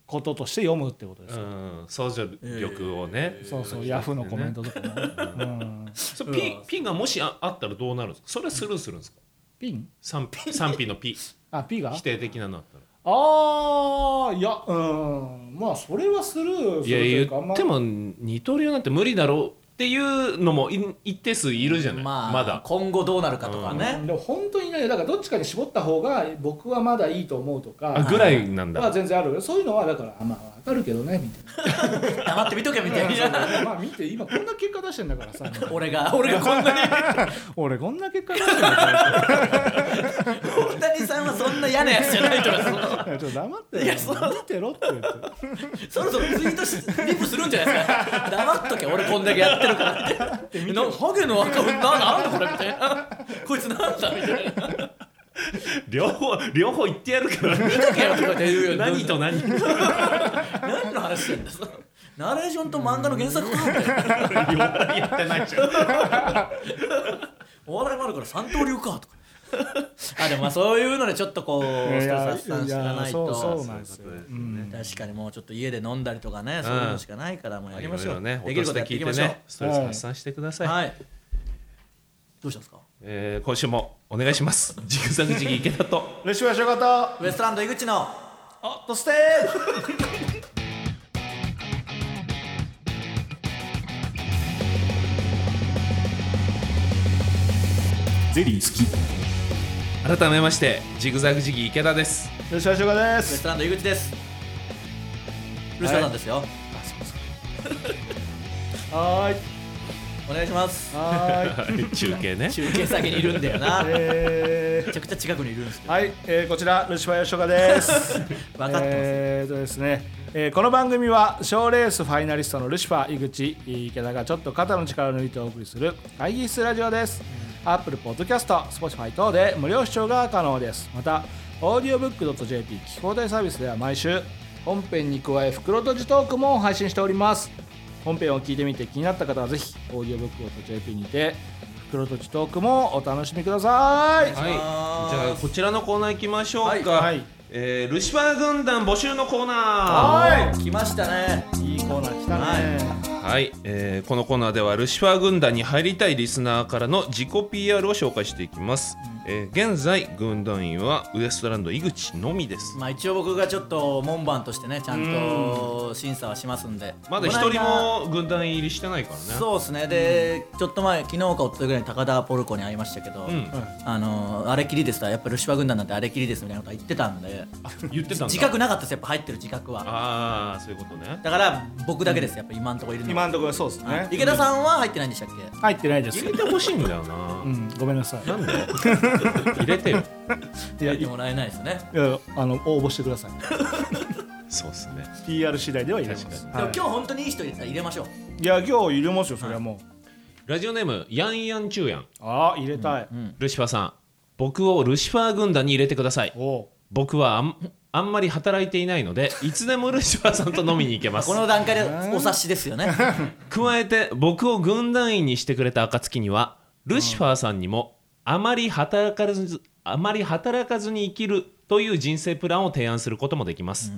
Speaker 2: こととして読むってことです
Speaker 1: う
Speaker 2: よ、
Speaker 1: ん相乗力をね
Speaker 2: そうそうヤフーのコメントとかね、うん、
Speaker 1: それピピがもしああったらどうなるんですかそれはスルーするんですか
Speaker 2: ピン
Speaker 1: 賛否賛否のピ
Speaker 2: あ P が
Speaker 1: 否定的なのあったら
Speaker 2: ああいやうんまあそれはスルーす
Speaker 1: い
Speaker 2: るという
Speaker 1: や
Speaker 2: かあん
Speaker 1: 言
Speaker 2: ま
Speaker 1: っても二刀流なんて無理だろうっていうのもい一定数いるじゃない、
Speaker 3: まあ
Speaker 1: まだ
Speaker 3: 今後どうなるかとかね、
Speaker 2: でも本当にねだからどっちかに絞った方が僕はまだいいと思うと
Speaker 1: あ
Speaker 2: か
Speaker 1: ぐらいなんだ、
Speaker 2: は全然あるそういうのはだからまあ
Speaker 4: かるけどねみたい
Speaker 3: 黙って見とけみた いな
Speaker 2: まあ見て今こんな結果出してんだからさ
Speaker 3: 俺が俺がこんなに
Speaker 2: 俺こんな結果出してんだから
Speaker 3: 大谷さんはそんな嫌なやつじゃないとかその
Speaker 2: さいやちょっと黙って
Speaker 3: いやそう
Speaker 2: 見てろって言って
Speaker 3: そろそろツイートしリップするんじゃないですか黙っとけ俺こんだけやってるからってなハゲのアカウントななんだこれみたいなこいつなんだみたいな
Speaker 1: 両方両方言ってやるから
Speaker 3: 見とけよとかって言うよ
Speaker 1: 何と何
Speaker 3: 何の話してんだよナレーションと漫画の原作かみたいな
Speaker 1: やってないじゃん
Speaker 3: お笑いもあるから三刀流かとか あでもまあそういうのでちょっとこうストレス発散し
Speaker 2: いや
Speaker 3: ないない
Speaker 2: や
Speaker 3: と
Speaker 2: そうそうなんですよ
Speaker 3: 確かにもうちょっと家で飲んだりとかね、そういうのしかないからもうやりましょう、
Speaker 1: ね
Speaker 3: できることやっていきましょう、
Speaker 1: ストレス発散してください、
Speaker 3: はいどうしたんですか
Speaker 1: えー今週もお願いしますジグザグジギ池田と
Speaker 2: 嬉しいわよかった
Speaker 3: ウエストランド井口の
Speaker 2: あっとステ
Speaker 5: ゼリー好き
Speaker 1: 改めましてジグザグジギ池田です
Speaker 2: ー嬉しいわよかで
Speaker 3: ウエス
Speaker 2: す
Speaker 3: トランド井口ですルシファーさんですよ、
Speaker 2: はーい
Speaker 3: お願いします
Speaker 2: はーい
Speaker 1: 中継ね
Speaker 3: 中継先にいるんだよな め
Speaker 2: え
Speaker 3: ちゃくちゃ近くにいるんですけ
Speaker 2: ーはい、えー、こちらルシファー吉岡です
Speaker 3: ど分かってます、
Speaker 2: えーとですね、えーこの番組は賞ーレースファイナリストのルシファー井口池田がちょっと肩の力を抜いてお送りする会議室ラジオです、アップルポッドキャスト Spotify 等で無料視聴が可能ですまた audiobook.jp 聞き放題サービスでは毎週本編に加え袋閉じトークも配信しております本編を聞いてみて気になった方はぜひ audiobook.jp にて袋閉じトークもお楽しみくださ
Speaker 1: は
Speaker 2: い
Speaker 1: い、じ
Speaker 3: ます
Speaker 1: ゃあこちらのコーナー行きましょうか、
Speaker 2: はいはい
Speaker 1: えールシファー軍団募集のコーナー
Speaker 2: はい
Speaker 3: 来ましたね
Speaker 2: いいコーナー来たね、
Speaker 1: はい、えーこのコーナーではルシファー軍団に入りたいリスナーからの自己 PR を紹介していきます、えー現在軍団員はウエストランド井口のみです
Speaker 3: まあ一応僕がちょっと門番としてねちゃんと審査はしますんで
Speaker 1: まだ一人も軍団入りしてないからね
Speaker 3: そうですねで、ちょっと前昨日か一昨日ぐらいに高田ポルコに会いましたけど、
Speaker 1: ん
Speaker 3: あのあれきりですとやっぱルシファ軍団なんてあれきりですみたいなこと言ってたんで
Speaker 1: 言ってたんだ
Speaker 3: 自覚なかったですやっぱ入ってる自覚は
Speaker 1: ああそういうことね
Speaker 3: だから僕だけですやっぱ今んとこいるのは
Speaker 2: 今のところそうですね、
Speaker 3: はい池田さんは入ってないんでしたっけ
Speaker 2: 入ってないです
Speaker 1: 入れてほしいんだよな、
Speaker 2: うん、ごめんなさい。
Speaker 1: なんで 入れてよ
Speaker 2: いや、
Speaker 3: 入
Speaker 2: い
Speaker 3: ってもらえないですね
Speaker 2: いやあの応募してください。
Speaker 1: そうですね
Speaker 2: PR 次第では入れます。
Speaker 3: でも
Speaker 2: は
Speaker 3: 今日本当にいい人いたら入れましょう
Speaker 2: い、いや今日入れますよ、それはもう。
Speaker 1: ラジオネームヤンヤンチューヤン
Speaker 2: ああ入れたい。
Speaker 1: ルシファーさん僕をルシファー軍団に入れてください
Speaker 2: おお
Speaker 1: 僕はあんあんまり働いていないのでいつでもルシファーさんと飲みに行けます
Speaker 3: この段階でお察しですよ ね
Speaker 1: 加えて僕を軍団員にしてくれた暁にはルシファーさんにもあまり働かずあまり働かずに生きるという人生プランを提案することもできます、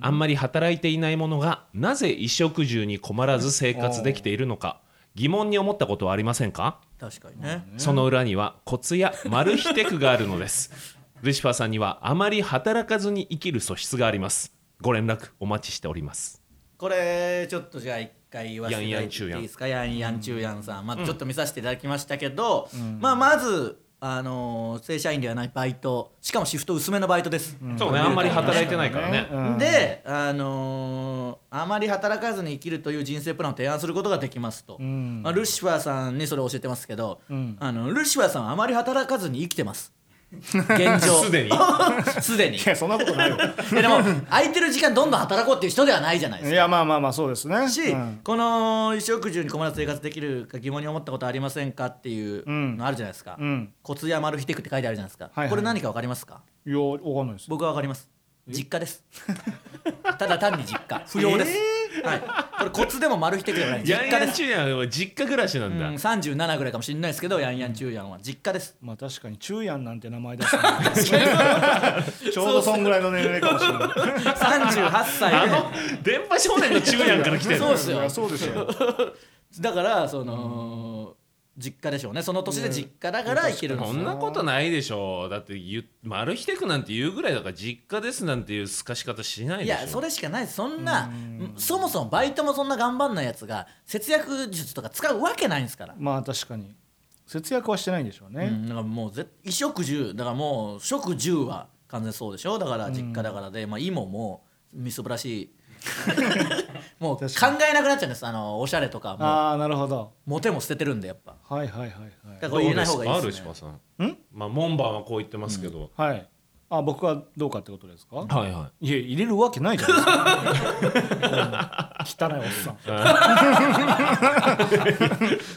Speaker 1: あんまり働いていない者がなぜ衣食住に困らず生活できているのか疑問に思ったことはありませんか
Speaker 3: 確かにね
Speaker 1: その裏にはコツやマル秘テクがあるの です。ルシファーさんにはあまり働かずに生きる素質があります。ご連絡お待ちしております。
Speaker 3: これちょっとじゃあ一回言わせていただいていいですかヤンヤンチューヤンさん、まあ、ちょっと見させていただきましたけど、まあ、まず、あのー正社員ではないバイトしかもシフト薄めのバイトです、
Speaker 1: そうね、あんまり働いてないからね。
Speaker 3: で、あのーあまり働かずに生きるという人生プランを提案することができますと、まあ、ルシファーさんにそれを教えてますけど、あのルシファーさんはあまり働かずに生きて ます現状
Speaker 1: すでに
Speaker 3: すでに
Speaker 2: いやそんなこと ないよ。
Speaker 3: いやでも空いてる時間どんどん働こうっていう人ではないじゃないですか
Speaker 2: いやまあまあまあそうですね。
Speaker 3: し、
Speaker 2: うん
Speaker 3: この衣食住に困らず生活できるか疑問に思ったことありませんかっていうのあるじゃないですか、
Speaker 2: うん
Speaker 3: コツやマルヒテクって書いてあるじゃないですか、
Speaker 2: はいはい
Speaker 3: これ何かわかりますか
Speaker 2: いやわかんないです。
Speaker 3: 僕はわかります実家です ただ単に実家不要です、はい、これコツでもマルヒテクでもない実
Speaker 1: ヤン
Speaker 3: 家
Speaker 1: ヤ
Speaker 3: で
Speaker 1: ン
Speaker 3: す
Speaker 1: 中也は実家暮らしなん
Speaker 3: う
Speaker 1: だ。
Speaker 3: ん、37ぐらいかもしれないですけどヤンヤンチューヤンは実家です
Speaker 2: まあ確かに中やんなんて名前だし、 ちょうどそんぐらいの年齢かもしれない。
Speaker 3: 38歳
Speaker 1: あ
Speaker 3: で
Speaker 1: の電波少年の中也から来てる。
Speaker 3: そうっす
Speaker 2: い
Speaker 3: よ
Speaker 2: やそうですよ。
Speaker 3: だからその、実家でしょうねその年で実家だから生きるんです
Speaker 1: そ
Speaker 3: よ
Speaker 1: んなことないでしょう。だってゆマルヒテクなんて言うぐらいだから実家ですなんていうすかし方しない
Speaker 3: い
Speaker 1: でしょ。
Speaker 3: やそれしかないですそんなそもそもバイトもそんな頑張んないやつが節約術とか使うわけないんですから、
Speaker 2: まあ確かに節約はしてないんでしょう
Speaker 3: う
Speaker 2: ね。
Speaker 3: んだからもうぜ衣食住だから もう食住は完全そうでしょだから実家だからで、まあ、芋もみすぼらしいもう考
Speaker 2: 確か
Speaker 3: えなくなっちゃうんですあのおしゃれとかも
Speaker 2: ああなるほど
Speaker 3: モテも捨ててるんでやっぱ
Speaker 2: はいはいはいはい
Speaker 3: だからこれ入れない方がいい
Speaker 1: どう
Speaker 3: で
Speaker 1: ですすか
Speaker 3: ね
Speaker 1: ある柴さん
Speaker 2: うん
Speaker 1: まあ門番はこう言ってますけど、
Speaker 2: はい。あ、僕はどうかってことですか。
Speaker 1: はいはい
Speaker 2: いや、入れるわけないじゃないですか。 うん汚いおっさん。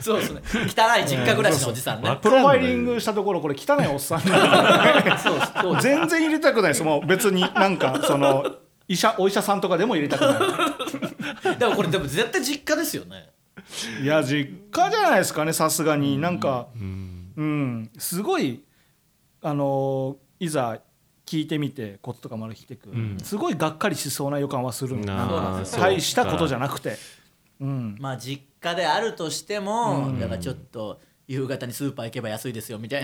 Speaker 3: そうですね汚い実家暮らしのおじさんね
Speaker 2: プロファイリングしたところ、これ汚いおっさん なんで。全然入れたくないです。もう別になんか、その。医者、お医者さんとかでも入れたく な
Speaker 3: でもこれでも絶対実家ですよね
Speaker 2: い。いや、実家じゃないですかね、さすがに、なんか。うん、すごい。あのー、いざ。聞いてみてこととかまで聞いてく、
Speaker 1: ん
Speaker 2: すごいがっかりしそうな予感はするんだ
Speaker 1: な
Speaker 3: あ
Speaker 2: なんか
Speaker 3: そう
Speaker 1: か
Speaker 2: 大したことじゃなくて、うん、
Speaker 3: まあ実家であるとしても、だからちょっと夕方にスーパー行けば安いですよみたい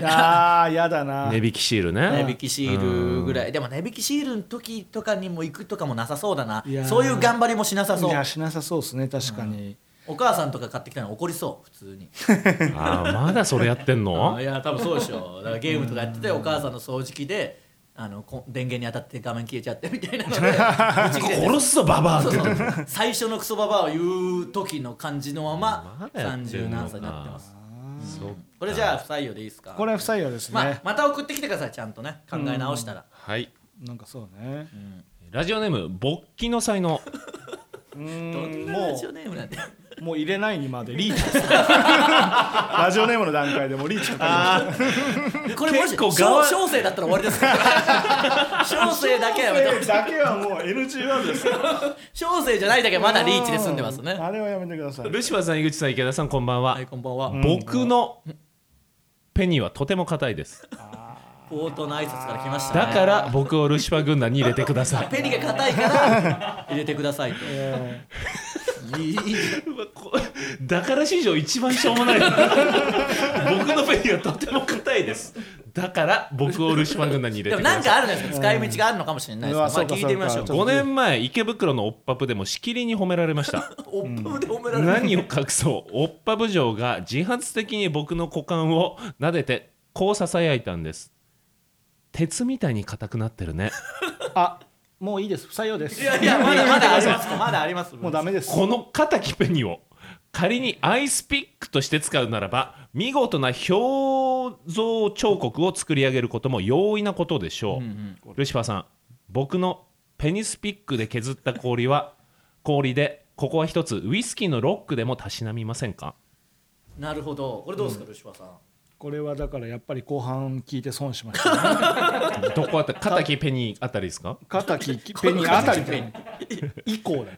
Speaker 3: な
Speaker 2: あーやだな
Speaker 1: 値引きシールね
Speaker 3: 値引きシールぐらいでも値引きシールの時とかにも行くとかもなさそうだない
Speaker 2: やー
Speaker 3: そういう頑張りもしなさそ
Speaker 2: いうやしなさそうですね確かに、
Speaker 3: お母さんとか買ってきたの怒りそう普通に
Speaker 1: あーまだそれやってんの
Speaker 3: あいや多分そうでしょだからゲームとかやっててお母さんの掃除機であのこ電源に当たって画面消えちゃってみたいな のでブチ切れて
Speaker 1: 殺すぞババアっ
Speaker 3: そう
Speaker 1: て
Speaker 3: そう最初のクソババアを言う時の感じのまま
Speaker 1: まだやってん
Speaker 3: 30
Speaker 1: のか
Speaker 3: 何歳になってます
Speaker 1: そう
Speaker 3: これじゃあ不採用でいいですか
Speaker 2: これは不採用ですね、
Speaker 3: まあ、また送ってきてくださいちゃんとね考え直したら、
Speaker 1: はい
Speaker 2: なんかそうね
Speaker 1: ラジオネーム勃起の才能
Speaker 2: う
Speaker 3: どん
Speaker 2: ーん
Speaker 3: なラ
Speaker 2: も
Speaker 3: ジオネームなんて
Speaker 2: うもう入れないにまでリ ーチですラジオネームの段階でもうリーチかかりまし
Speaker 3: これもし
Speaker 1: 結構
Speaker 3: 小
Speaker 1: 側
Speaker 3: 小生だったら終わりですから小生だけはやめと
Speaker 2: ただけはもう NG ワードです
Speaker 3: 小生じゃないだけはまだリーチで済んでますね
Speaker 2: あれはやめてください
Speaker 1: ルシファーさん井口さん池田さんこんばんは、
Speaker 3: はいこんばんは、
Speaker 1: 僕のペニーはとても硬いです
Speaker 3: 冒頭の挨拶から来ました、ね、
Speaker 1: だから僕をルシファー軍団に入れてください
Speaker 3: ペニが硬いから入れてくださいと
Speaker 2: え
Speaker 3: いいいい
Speaker 1: だから史上一番しょうもない 僕のペニーはとても硬いですだから僕をルシファー軍団に入れて
Speaker 3: でも
Speaker 1: く
Speaker 3: な
Speaker 1: だ
Speaker 3: ん
Speaker 1: さい
Speaker 3: かあるんですか使い道があるのかもしれないです
Speaker 2: うわ
Speaker 3: ま
Speaker 2: そ
Speaker 3: あ
Speaker 2: うか
Speaker 3: 聞いてみましょう
Speaker 2: そうか
Speaker 1: 5年前池袋のオッパブでもしきりに褒められました
Speaker 3: おっぱぶで褒められる
Speaker 1: 何を隠そうおっぱ部長が自発的に僕の股間を撫でてこうささやいたんです鉄みたいに硬くなってるね
Speaker 2: ーあもういいです不採用です
Speaker 3: いやいやまだまだあ りますまだあります
Speaker 2: もうダメです
Speaker 1: この硬きペニを仮にアイスピックとして使うならば見事な表像彫刻を作り上げることも容易なことでしょう、ルシファーさん僕のペニスピックで削った氷は氷でここは一つウイスキーのロックでもたしなみませんか
Speaker 3: なるほどこれどうですかルシファーさん
Speaker 2: これはだからやっぱり後半聞いて損しま した、ね、
Speaker 1: どこあたり硬きペニあたりですか
Speaker 2: 肩きペニあたりで以降 だ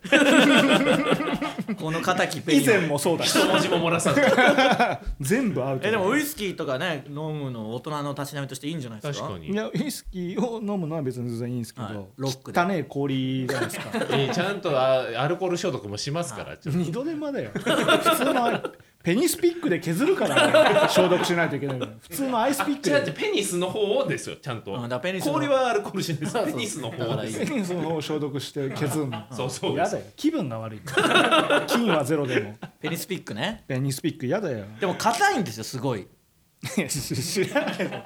Speaker 3: この肩きペニ
Speaker 2: 以前もそうだ し
Speaker 1: 文字も漏らさず
Speaker 2: 全部アウト
Speaker 3: えでもウイスキーとかね飲むの大人のたしなみとしていいんじゃないです
Speaker 1: 確
Speaker 3: か
Speaker 1: かに
Speaker 2: いやウイスキーを飲むのは別に全然いいんですけど、
Speaker 3: はいロックで
Speaker 2: 汚い氷じゃないですか
Speaker 1: えーちゃんとあアルコール消毒もしますからちょっと
Speaker 2: 二度手間だよ普通のアイペニスピックで削るから、ね、消毒しないといけないのに普通のアイスピック
Speaker 1: 違う違う
Speaker 2: で
Speaker 1: ペニスの方をですよちゃんと
Speaker 3: うんだからペニスの
Speaker 1: 氷はアルコールしないです
Speaker 3: そう
Speaker 1: ペ
Speaker 3: そう
Speaker 1: ニスの
Speaker 3: だか
Speaker 1: 方
Speaker 3: ら
Speaker 1: で
Speaker 3: いい
Speaker 1: す
Speaker 2: ペニスの方を消毒して削るの
Speaker 1: そうそうで
Speaker 2: や
Speaker 1: す
Speaker 2: だよ気分が悪い金はゼロでも
Speaker 3: ペニスピックね
Speaker 2: ペニスピックやだよ
Speaker 3: でも硬いんですよすごい
Speaker 2: いや知らないの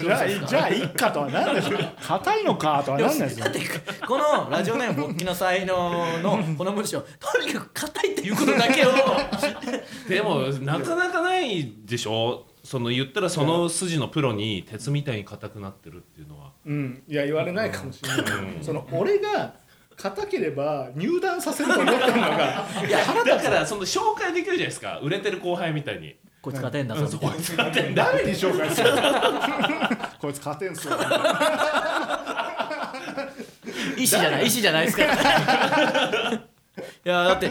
Speaker 2: じゃあいじゃあいっかとは何ですか硬いのかとは何ですか
Speaker 3: だってこのラジオネーム勃起の才能 のこの文章とにかく硬いっていうことだけを
Speaker 1: でもなかなかないでしょその言ったらその筋のプロに鉄みたいに硬くなってるっていうのは
Speaker 2: うん、いや言われないかもしれない、その俺が硬ければ入団させると思ったのが
Speaker 1: いやだからその紹介できるじゃないですか売れてる後輩みたいに
Speaker 3: こいつ硬いんだそう
Speaker 1: こいつ勝てんだ
Speaker 2: 誰に紹介するの こいつ勝てんすよ
Speaker 3: 意思じゃない意思じゃないですからいやだって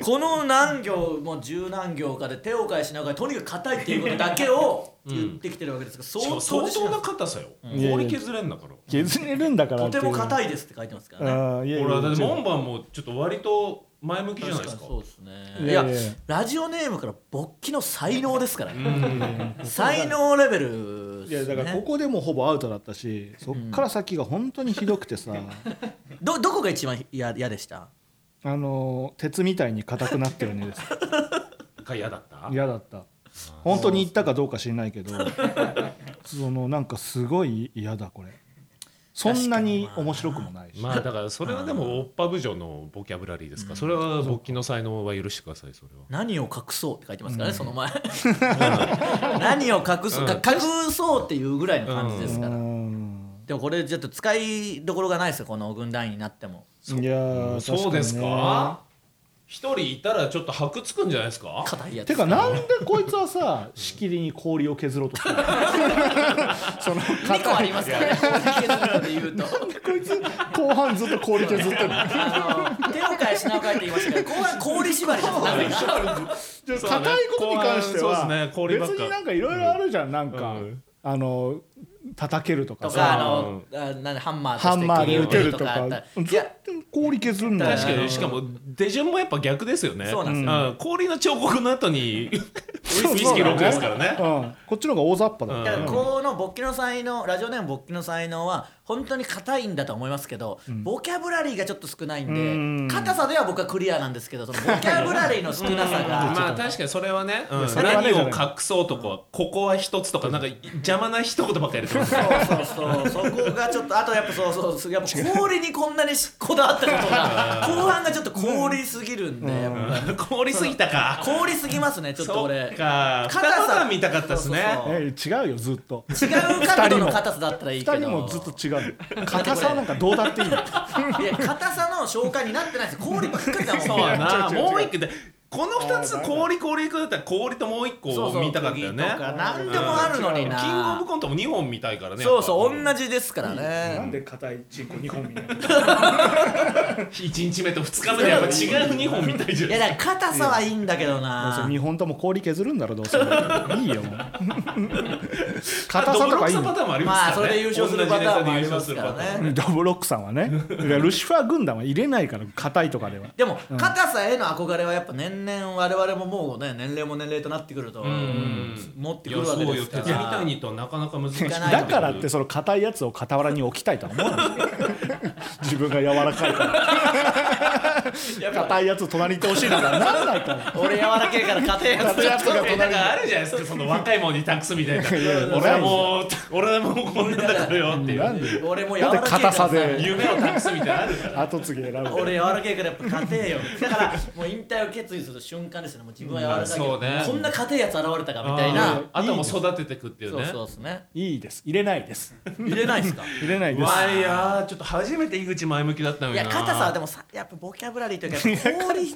Speaker 3: この何行も十何行かで手を返しながらとにかく硬いっていうことだけを言ってきてるわけですから
Speaker 1: しかも
Speaker 3: 相
Speaker 1: 相
Speaker 3: 当
Speaker 1: 当
Speaker 3: な
Speaker 1: な硬さよ
Speaker 2: ん
Speaker 1: 氷削れんだから
Speaker 2: 削れるんだから
Speaker 3: とても
Speaker 2: い
Speaker 3: 硬いですって書いてますからね
Speaker 2: ああいやいや
Speaker 1: 俺はだって門番もちょっと割と前向きじゃない
Speaker 3: 確
Speaker 1: で
Speaker 3: か
Speaker 1: す
Speaker 3: に
Speaker 1: か
Speaker 3: そうですねい
Speaker 2: い
Speaker 3: や
Speaker 2: やいやいや
Speaker 3: ラジオネームから勃起の才能ですから才能レベルっす
Speaker 2: いやだからこ
Speaker 3: ね
Speaker 2: こでもうほぼアウトだったしそっから先が本当にひどくてさ、
Speaker 3: どどこが一番嫌嫌でした
Speaker 2: あの鉄みたいに硬くなってるねです
Speaker 1: が嫌だった
Speaker 2: 嫌だった本当に言ったかどうか知らないけどそのなんかすごい嫌だこれそんなに面白くもないし、
Speaker 1: まあだからそれはでもオッパ部女のボキャブラリーですか、それは勃起の才能は許してくださいそれは
Speaker 3: 何を隠そうって書いてますからね、その前 何を隠そうか隠そうっていうぐらいの感じですから、
Speaker 2: うん
Speaker 3: でもこれちょっと使いどころがないですよこの軍団員になっても
Speaker 2: いやー
Speaker 1: そうです
Speaker 2: 確にね
Speaker 1: か一人いたらちょっと箔つくんじゃないですか
Speaker 3: 硬いやつ
Speaker 2: てかなんでこいつはさしきりに氷を削ろうと するのその
Speaker 3: 2個ありますからねこういうケースで言うと
Speaker 2: こいつ後半ずっと氷削ってる
Speaker 3: あの手を変え品を変えって言いましたけどここは氷縛りなんですなぜか
Speaker 2: じゃあ硬いことに関しては、
Speaker 1: そうですね氷ばっ
Speaker 2: 別
Speaker 1: か
Speaker 2: になんかいろいろあるじゃん、なんか、
Speaker 1: うん
Speaker 2: あの叩けるとか
Speaker 3: と
Speaker 2: さ
Speaker 3: かあのあなんでハンマーとして
Speaker 2: ハンマーで打てると
Speaker 3: こう
Speaker 2: か
Speaker 3: いうのあっ
Speaker 2: ず
Speaker 3: たい
Speaker 2: っ
Speaker 3: や
Speaker 2: と氷削るんだよ
Speaker 1: 確かにしかも手順もやっぱ逆ですよね
Speaker 3: そうなんです
Speaker 1: よ、うん氷の彫刻の後 にウイスキー6ですからね
Speaker 2: うん、こっちの方が大雑把だ
Speaker 1: うん
Speaker 3: だからこの勃起の才能ラジオネーム勃起の才能は本当に硬いんだと思いますけど、ボキャブラリーがちょっと少ないんで、
Speaker 2: ん
Speaker 3: 硬さでは僕はクリアなんですけどそのボキャブラリーの少なさが、
Speaker 1: まあ確かにそれはね、うん
Speaker 2: それはね
Speaker 1: 何を隠そうとかここは一つとかなんか邪魔な一言ばっかりやってます
Speaker 3: そうそうそうそこがちょっとあとやっぱそうそうそうやっぱ氷にこんなにこだわったことが後半がちょっと氷すぎるんで、やっぱ
Speaker 1: 凍りすぎたか
Speaker 3: 氷すぎますねちょっと
Speaker 1: そ
Speaker 3: 俺
Speaker 1: っか
Speaker 3: 硬
Speaker 1: 二
Speaker 3: さ
Speaker 1: パターン見たかったですね
Speaker 3: そうそうそう
Speaker 2: え違うよずっと
Speaker 3: 違う角度の硬さだったらいいけど
Speaker 2: 2人もずっと違うよ硬さなんかどうだっていいよ
Speaker 3: いや硬さの消化になってないです氷ばっかりだもん
Speaker 1: そうやな
Speaker 2: 違う違う違う
Speaker 1: もう一個でこの二つ氷氷だったら氷ともう一個
Speaker 3: そうそう
Speaker 1: 見たかったよね
Speaker 3: 釘とか何でもあるのにな
Speaker 1: キングオブコントも二本見たいからね
Speaker 3: そうそう
Speaker 1: やっ
Speaker 3: 同じですから
Speaker 2: なん
Speaker 3: ね
Speaker 2: で硬いチンコ2本見ない
Speaker 1: ぱ一日目と二日目でやっぱ違う二本見たいじゃ
Speaker 3: い
Speaker 1: な
Speaker 3: や
Speaker 1: い
Speaker 3: だから硬さはいいんだけどな
Speaker 2: 2本とも氷削るんだろどう せいいよもう硬さとかいい
Speaker 1: パ
Speaker 2: の
Speaker 1: ターンもありますからね
Speaker 3: まあそれで優勝するパターンもありますからね
Speaker 2: ダブロックさんはねだからルシファー軍団は入れないから硬いとかでは
Speaker 3: でも硬さへの憧れはやっぱ年々我々ももうね年齢も年齢となってくると
Speaker 1: ん
Speaker 3: 持って
Speaker 1: い
Speaker 3: くる
Speaker 1: や
Speaker 3: わけ
Speaker 1: そう
Speaker 3: で
Speaker 1: よ
Speaker 3: す
Speaker 1: 鉄
Speaker 3: か
Speaker 1: みたい
Speaker 3: ら
Speaker 1: にとはなかなか難しい
Speaker 3: かない
Speaker 2: だからってその硬いやつを傍らに置きたいとは思 わない自分が柔らかいから硬いやつ隣にいてほしいならならないから
Speaker 3: 俺柔らけえから硬いや つ
Speaker 2: 硬いやつが
Speaker 1: えなんかあるじゃないですかその若いもんに託すみたいな
Speaker 2: いやいや
Speaker 1: 俺はもう俺はもうこんなんだからよってい
Speaker 2: なん
Speaker 1: う
Speaker 2: で
Speaker 3: 俺も柔らけ
Speaker 2: だ
Speaker 3: えか
Speaker 2: って硬
Speaker 3: ら
Speaker 2: さ
Speaker 3: さ
Speaker 2: で
Speaker 1: 夢を託すみたいなのあるから
Speaker 2: 後継ぎ選ぶ
Speaker 3: 俺柔らけえからやっぱ硬えよだからもう引退を決意する瞬間ですよねもう自分は柔らかいけ
Speaker 1: まあそう
Speaker 3: ど
Speaker 1: ね
Speaker 3: こんな硬いやつ現れたかみたいな
Speaker 1: あーあとも育ててくっていう
Speaker 3: そう
Speaker 1: ね
Speaker 3: そうですね
Speaker 2: いいです入れないです
Speaker 3: 入れないですか
Speaker 2: 入れないです
Speaker 1: まあいやーちょっと初めて井口前向きだったの
Speaker 3: い
Speaker 1: にな
Speaker 3: や硬さはでもさやっぱボキャブラリーというか氷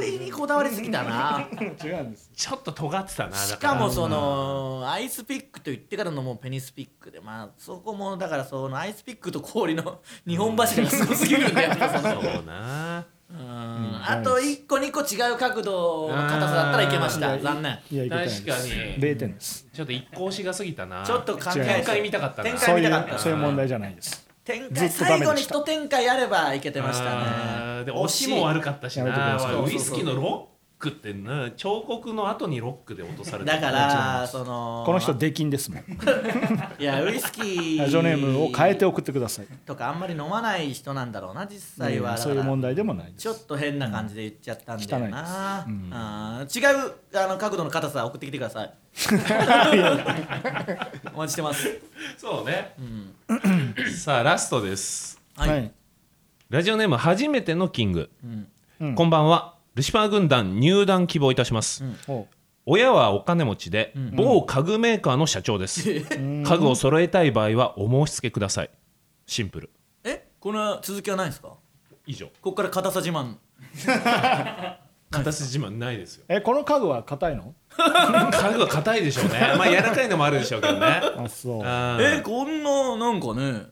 Speaker 3: 氷にこだわりすぎたな
Speaker 2: 違うんです
Speaker 1: ちょっと尖ってたなだら
Speaker 3: しかもそのアイスピックと言ってからのもうペニスピックでまあそこもだからそのアイスピックと氷の日本柱がすごすぎるんだよ
Speaker 1: そうな
Speaker 3: あと1個2個違う角度の硬さだったらいけました残念
Speaker 2: いやいけないです
Speaker 1: 確かに
Speaker 2: 0点です
Speaker 1: ちょっと一向しが過ぎたな
Speaker 3: ちょっと考
Speaker 2: 違う
Speaker 3: え
Speaker 1: 展開見たかったな
Speaker 3: 展
Speaker 1: 一
Speaker 3: 開
Speaker 2: そう
Speaker 3: 見
Speaker 2: い
Speaker 3: たかっ
Speaker 2: う
Speaker 3: たな
Speaker 2: そういう問題じゃないです
Speaker 3: 展
Speaker 2: ずっ
Speaker 3: 開
Speaker 2: とダメ
Speaker 3: 最
Speaker 2: でした
Speaker 3: 後に一展開あればいけてましたね
Speaker 1: で押しも悪かったし
Speaker 2: やめてくだ
Speaker 1: な
Speaker 2: さい
Speaker 1: ウイスキーのロックってな彫刻の後にロックで落とされて
Speaker 3: だからその
Speaker 2: この人出禁ですもん
Speaker 3: いやウイスキー
Speaker 2: ラジオネームを変えて送ってください
Speaker 3: とかあんまり飲まない人なんだろうな実際は、だ
Speaker 2: そ
Speaker 3: か
Speaker 2: ういう
Speaker 3: ら
Speaker 2: 問題でもないです
Speaker 3: ちょっと変な感じで言っちゃったんだよな、
Speaker 2: うん汚いですうん
Speaker 3: あー違うあの角度の硬さ送ってきてくださいお待ちしてます、
Speaker 1: そうね、さあラストです
Speaker 3: はい
Speaker 2: はい
Speaker 1: ラジオネーム初めてのキング、
Speaker 2: うん
Speaker 1: こんばんはルシファー軍団入団希望いたします、
Speaker 2: おう
Speaker 1: 親はお金持ちで、某家具メーカーの社長です、家具を揃えたい場合はお申し付けくださいシンプル
Speaker 3: えこの続きはないんですか
Speaker 1: 以上
Speaker 3: ここから硬さ自慢
Speaker 1: 片筋自慢ないですよ
Speaker 2: えこの家具は硬いの
Speaker 1: 家具は硬いでしょうねまあ柔らかいのもあるでしょうけどね
Speaker 2: あそう
Speaker 1: うん
Speaker 3: えこんななんかね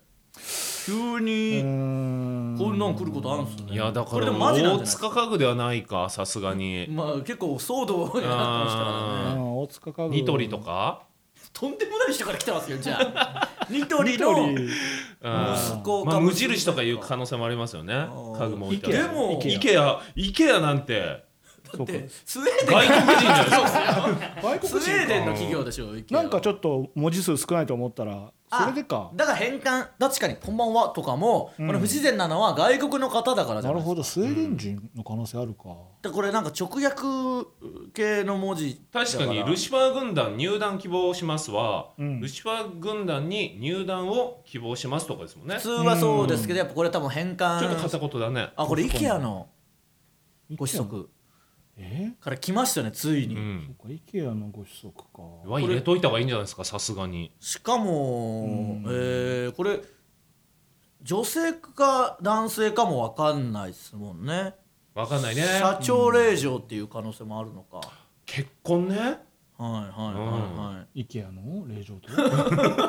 Speaker 3: 急
Speaker 2: うー
Speaker 3: に
Speaker 2: ん
Speaker 3: こんなん来ることあるんすね
Speaker 1: いやだ
Speaker 3: こ
Speaker 1: か
Speaker 3: れ
Speaker 1: ら
Speaker 3: でもマジな
Speaker 1: 大
Speaker 3: んじゃないです
Speaker 1: 塚
Speaker 3: か
Speaker 1: 家具ではないかさすがに
Speaker 3: まあ結構騒動になってましたからね
Speaker 2: あー大塚家具
Speaker 1: ニトリとか
Speaker 3: とんでもない人から来てますよじゃあニトリ
Speaker 2: ニト
Speaker 3: の
Speaker 2: リ
Speaker 1: うん
Speaker 3: 息子か
Speaker 1: まあ、無印とかいう 可能性もありますよね
Speaker 3: ー
Speaker 1: 家具も置いて
Speaker 3: で
Speaker 1: ある
Speaker 3: も
Speaker 2: IKEA
Speaker 1: イケアイケアなんて
Speaker 2: そうか
Speaker 3: でスウェーデン
Speaker 1: 外国人じゃないですか
Speaker 2: 外国
Speaker 3: スウ
Speaker 2: 人
Speaker 3: ェー
Speaker 2: か
Speaker 3: デンの企業でしょ IKEA
Speaker 2: なんかちょっと文字数少ないと思ったらそれでか
Speaker 3: だから変換確かに「こんばんは」とかも、この不自然なのは外国の方だからじゃ
Speaker 2: な
Speaker 3: ない
Speaker 2: る
Speaker 3: ですか
Speaker 2: ほどスウェーデン人の可能性あるか、
Speaker 3: でこれなんか直訳系の文字だら
Speaker 1: 確かにルシファー軍団入団希望しますは、ルシファー軍団に入団を希望しますとかですもんね
Speaker 3: 普通
Speaker 1: ちょ
Speaker 3: はそうですけどやっぱこれ多分変換
Speaker 1: っと片言だね
Speaker 3: あこれ IKEA のご子息
Speaker 2: え
Speaker 3: から来ましたねついうに
Speaker 1: ん
Speaker 2: そっか IKEA のご子息か
Speaker 1: は入れといた方がいいんじゃないですかさすがに
Speaker 3: しかもえーこれ女性か男性かも分かんないですもんね
Speaker 1: わかんないね
Speaker 3: 社長令嬢っていう可能性もあるのか
Speaker 1: 結婚ね
Speaker 3: はいはいはいはい
Speaker 2: IKEA の令嬢と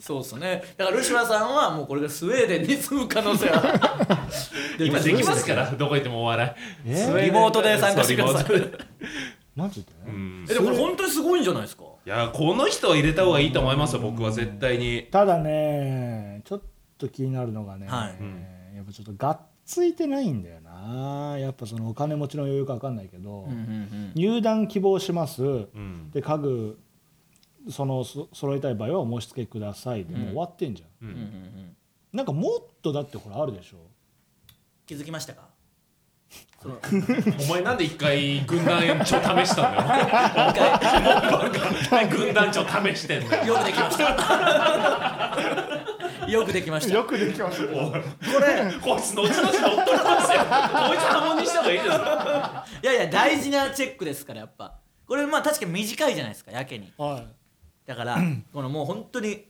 Speaker 3: そうですねだからルシファーさんはもうこれがスウェーデンに住む可能性は
Speaker 1: 今できますからどこ行ってもお笑い
Speaker 2: え
Speaker 1: スウェーデン
Speaker 3: リモートで参加してください
Speaker 1: そうリモートで
Speaker 2: マジで、
Speaker 1: うん
Speaker 3: えでもこれ本当にすごいんじゃないですか
Speaker 1: いやこの人は入れた方がいいと思いますよ僕は絶対に
Speaker 2: ただねちょっと気になるのがね、
Speaker 3: はい
Speaker 2: やっぱちょっとがっついてないんだよなやっぱそのお金持ちの余裕か分かんないけど、入団希望します、
Speaker 1: うん
Speaker 2: で家具そのそ揃えたい場合はお申し付けくださいで、もう終わってんじゃん
Speaker 1: うん
Speaker 3: うんうんうん
Speaker 2: なんかもっとだってほらあるでしょ
Speaker 3: 気づきましたか
Speaker 1: お前なんで一回軍団長試したん だよ軍団長試してんだよ
Speaker 3: よくできました。 よくできました。
Speaker 2: くできま した
Speaker 3: これ、
Speaker 1: こいつ後々乗っ取りますよこいつ波紋にした方がいいですよ
Speaker 3: いやいや、大事なチェックですから、やっぱ。これ、まあ、確かに短いじゃないですか、やけに。
Speaker 2: は
Speaker 3: だから、このもう本当に、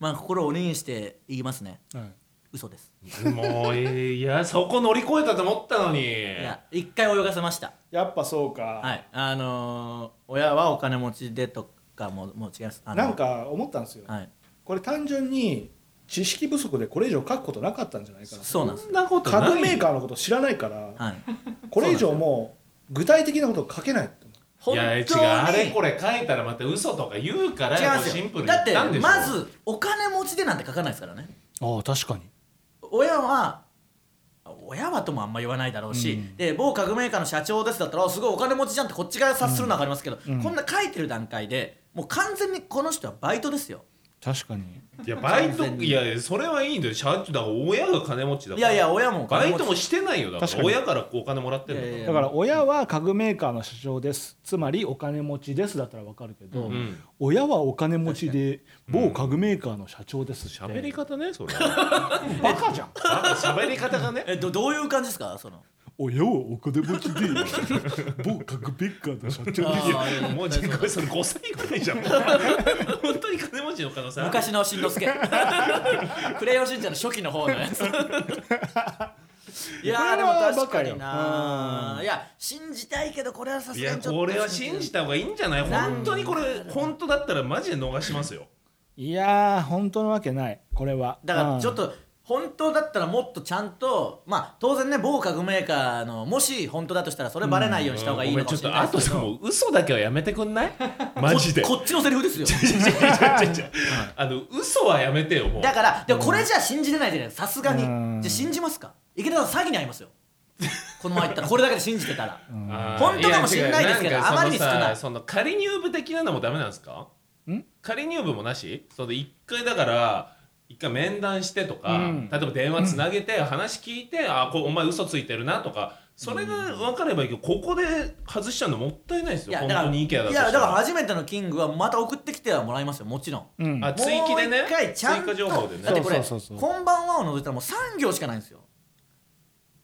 Speaker 3: まあ、心を鬼にして言いますね。
Speaker 2: い、はい、
Speaker 3: 嘘です。
Speaker 1: もういやそこ乗り越えたと思ったのに
Speaker 3: いや、一回泳がせました。
Speaker 2: やっぱそうか、
Speaker 3: はい、あのー親はお金持ちでとかも、もう違います。あの
Speaker 2: なん。か思ったんですよ、
Speaker 3: はい。
Speaker 2: これ単純に知識不足でこれ以上書くことなかったんじゃないかな
Speaker 3: そうなんです
Speaker 1: そん。なことない
Speaker 2: 家具メーカーのこと知らないから、
Speaker 3: はい。
Speaker 2: これ以上もう具体的なこと書けないって思う
Speaker 1: いや違うあれこれ書いたらまた嘘とか言うから
Speaker 3: 違いま
Speaker 1: もう
Speaker 3: す
Speaker 1: シンプル
Speaker 3: よ。
Speaker 1: に
Speaker 3: だ
Speaker 1: 言
Speaker 3: っ
Speaker 1: ったん
Speaker 3: て、
Speaker 1: でしょ
Speaker 3: まず、お金持ちでなんて書かないですからね。
Speaker 2: ああ確かに
Speaker 3: 親は親はともあんま言わないだろうし、で某家具メーカーの社長ですだったらあすごいお金持ちじゃんってこっちが察するのは分かりますけど、こんな書いてる段階でもう完全にこの人はバイトですよ
Speaker 2: 確かに
Speaker 1: いやバイト
Speaker 3: 完全に
Speaker 1: いやいやそれはいいんだよ社長だから親が金持ちだ
Speaker 3: い
Speaker 1: から
Speaker 3: やいや親もお
Speaker 1: バ
Speaker 3: 金
Speaker 1: イ
Speaker 3: 持ち
Speaker 1: トもしてないよだ
Speaker 2: 確
Speaker 1: か
Speaker 2: からに
Speaker 1: 親からお金もらってるんだから
Speaker 3: いやいや
Speaker 2: だから親は家具メーカーの社長ですつまりお金持ちですだったら分かるけど、
Speaker 1: ん
Speaker 2: 親はお金持ちで某家具メーカーの社長ですって
Speaker 1: 喋り方ねそれ
Speaker 2: バカじゃん
Speaker 1: 喋り方がね
Speaker 3: えどどういう感じですかその
Speaker 2: 親はお金持ちで某家具メーカーの社長
Speaker 3: あ
Speaker 2: です
Speaker 3: ー いや
Speaker 1: もう
Speaker 3: 大丈夫
Speaker 1: これ それ5歳ぐらいじゃん 本当に金持ちの可能性ある
Speaker 3: 昔のしんのす けクレヨンしんちゃんの初期の方のや ついやーでも確かに
Speaker 2: これはバカ
Speaker 3: な
Speaker 2: よ
Speaker 3: いや信じたいけどこれはさ
Speaker 1: い
Speaker 3: すが
Speaker 1: や
Speaker 3: にちょっと
Speaker 1: これは信じた方がいいんじゃない
Speaker 3: なん
Speaker 1: 本当にこれ本当だったらマジで逃しますよ
Speaker 2: いやー本当のわけないこれは
Speaker 3: だからちょっ
Speaker 2: と
Speaker 3: と本当だったらもっとちゃんとまあ当然ね某家具メーカーのもし本当だとしたらそれバレないようにした方がいい
Speaker 1: ごめ
Speaker 3: の
Speaker 1: ん
Speaker 3: か
Speaker 1: ちょっ
Speaker 3: もし
Speaker 1: と
Speaker 3: れない
Speaker 1: あ
Speaker 3: で
Speaker 1: と
Speaker 3: すけ
Speaker 1: さ
Speaker 3: ど
Speaker 1: もう嘘だけはやめてくん ないマジで
Speaker 3: ここっちのセリフで すよ
Speaker 1: あの嘘はやめてよもう
Speaker 3: だからでもこれじゃ信じれないじゃないさすがに
Speaker 2: うん
Speaker 3: じゃあ信じますか池田さん詐欺に遭いますよこの前言ったらこれだけで信じてたら
Speaker 1: あー
Speaker 3: 本当かもしれないですけど
Speaker 1: や違う
Speaker 3: あまりに少ない
Speaker 1: んかそのさその仮入部的なのもダメなんですか
Speaker 2: ん
Speaker 1: 仮入部もなしその一回だから一回面談してとか、
Speaker 2: うん
Speaker 1: 例えば電話つなげて話聞いて、あこお前嘘ついてるなとかそれが分かればいいけどここで外しちゃうのもったいないですよ
Speaker 3: いや
Speaker 1: 本
Speaker 3: だか
Speaker 1: 当
Speaker 3: ら
Speaker 1: に
Speaker 3: い
Speaker 1: IKEA だとし
Speaker 3: や
Speaker 1: た
Speaker 3: だから初めてのキングはまた送ってきてはもらいますよもちろん
Speaker 2: うん
Speaker 1: あ追記でね
Speaker 3: もう一回ちゃんと
Speaker 1: 追加情報でね
Speaker 3: だってこれ
Speaker 2: そうそうそうそう
Speaker 3: こんばんは」を除いたらもう3行しかないんですよ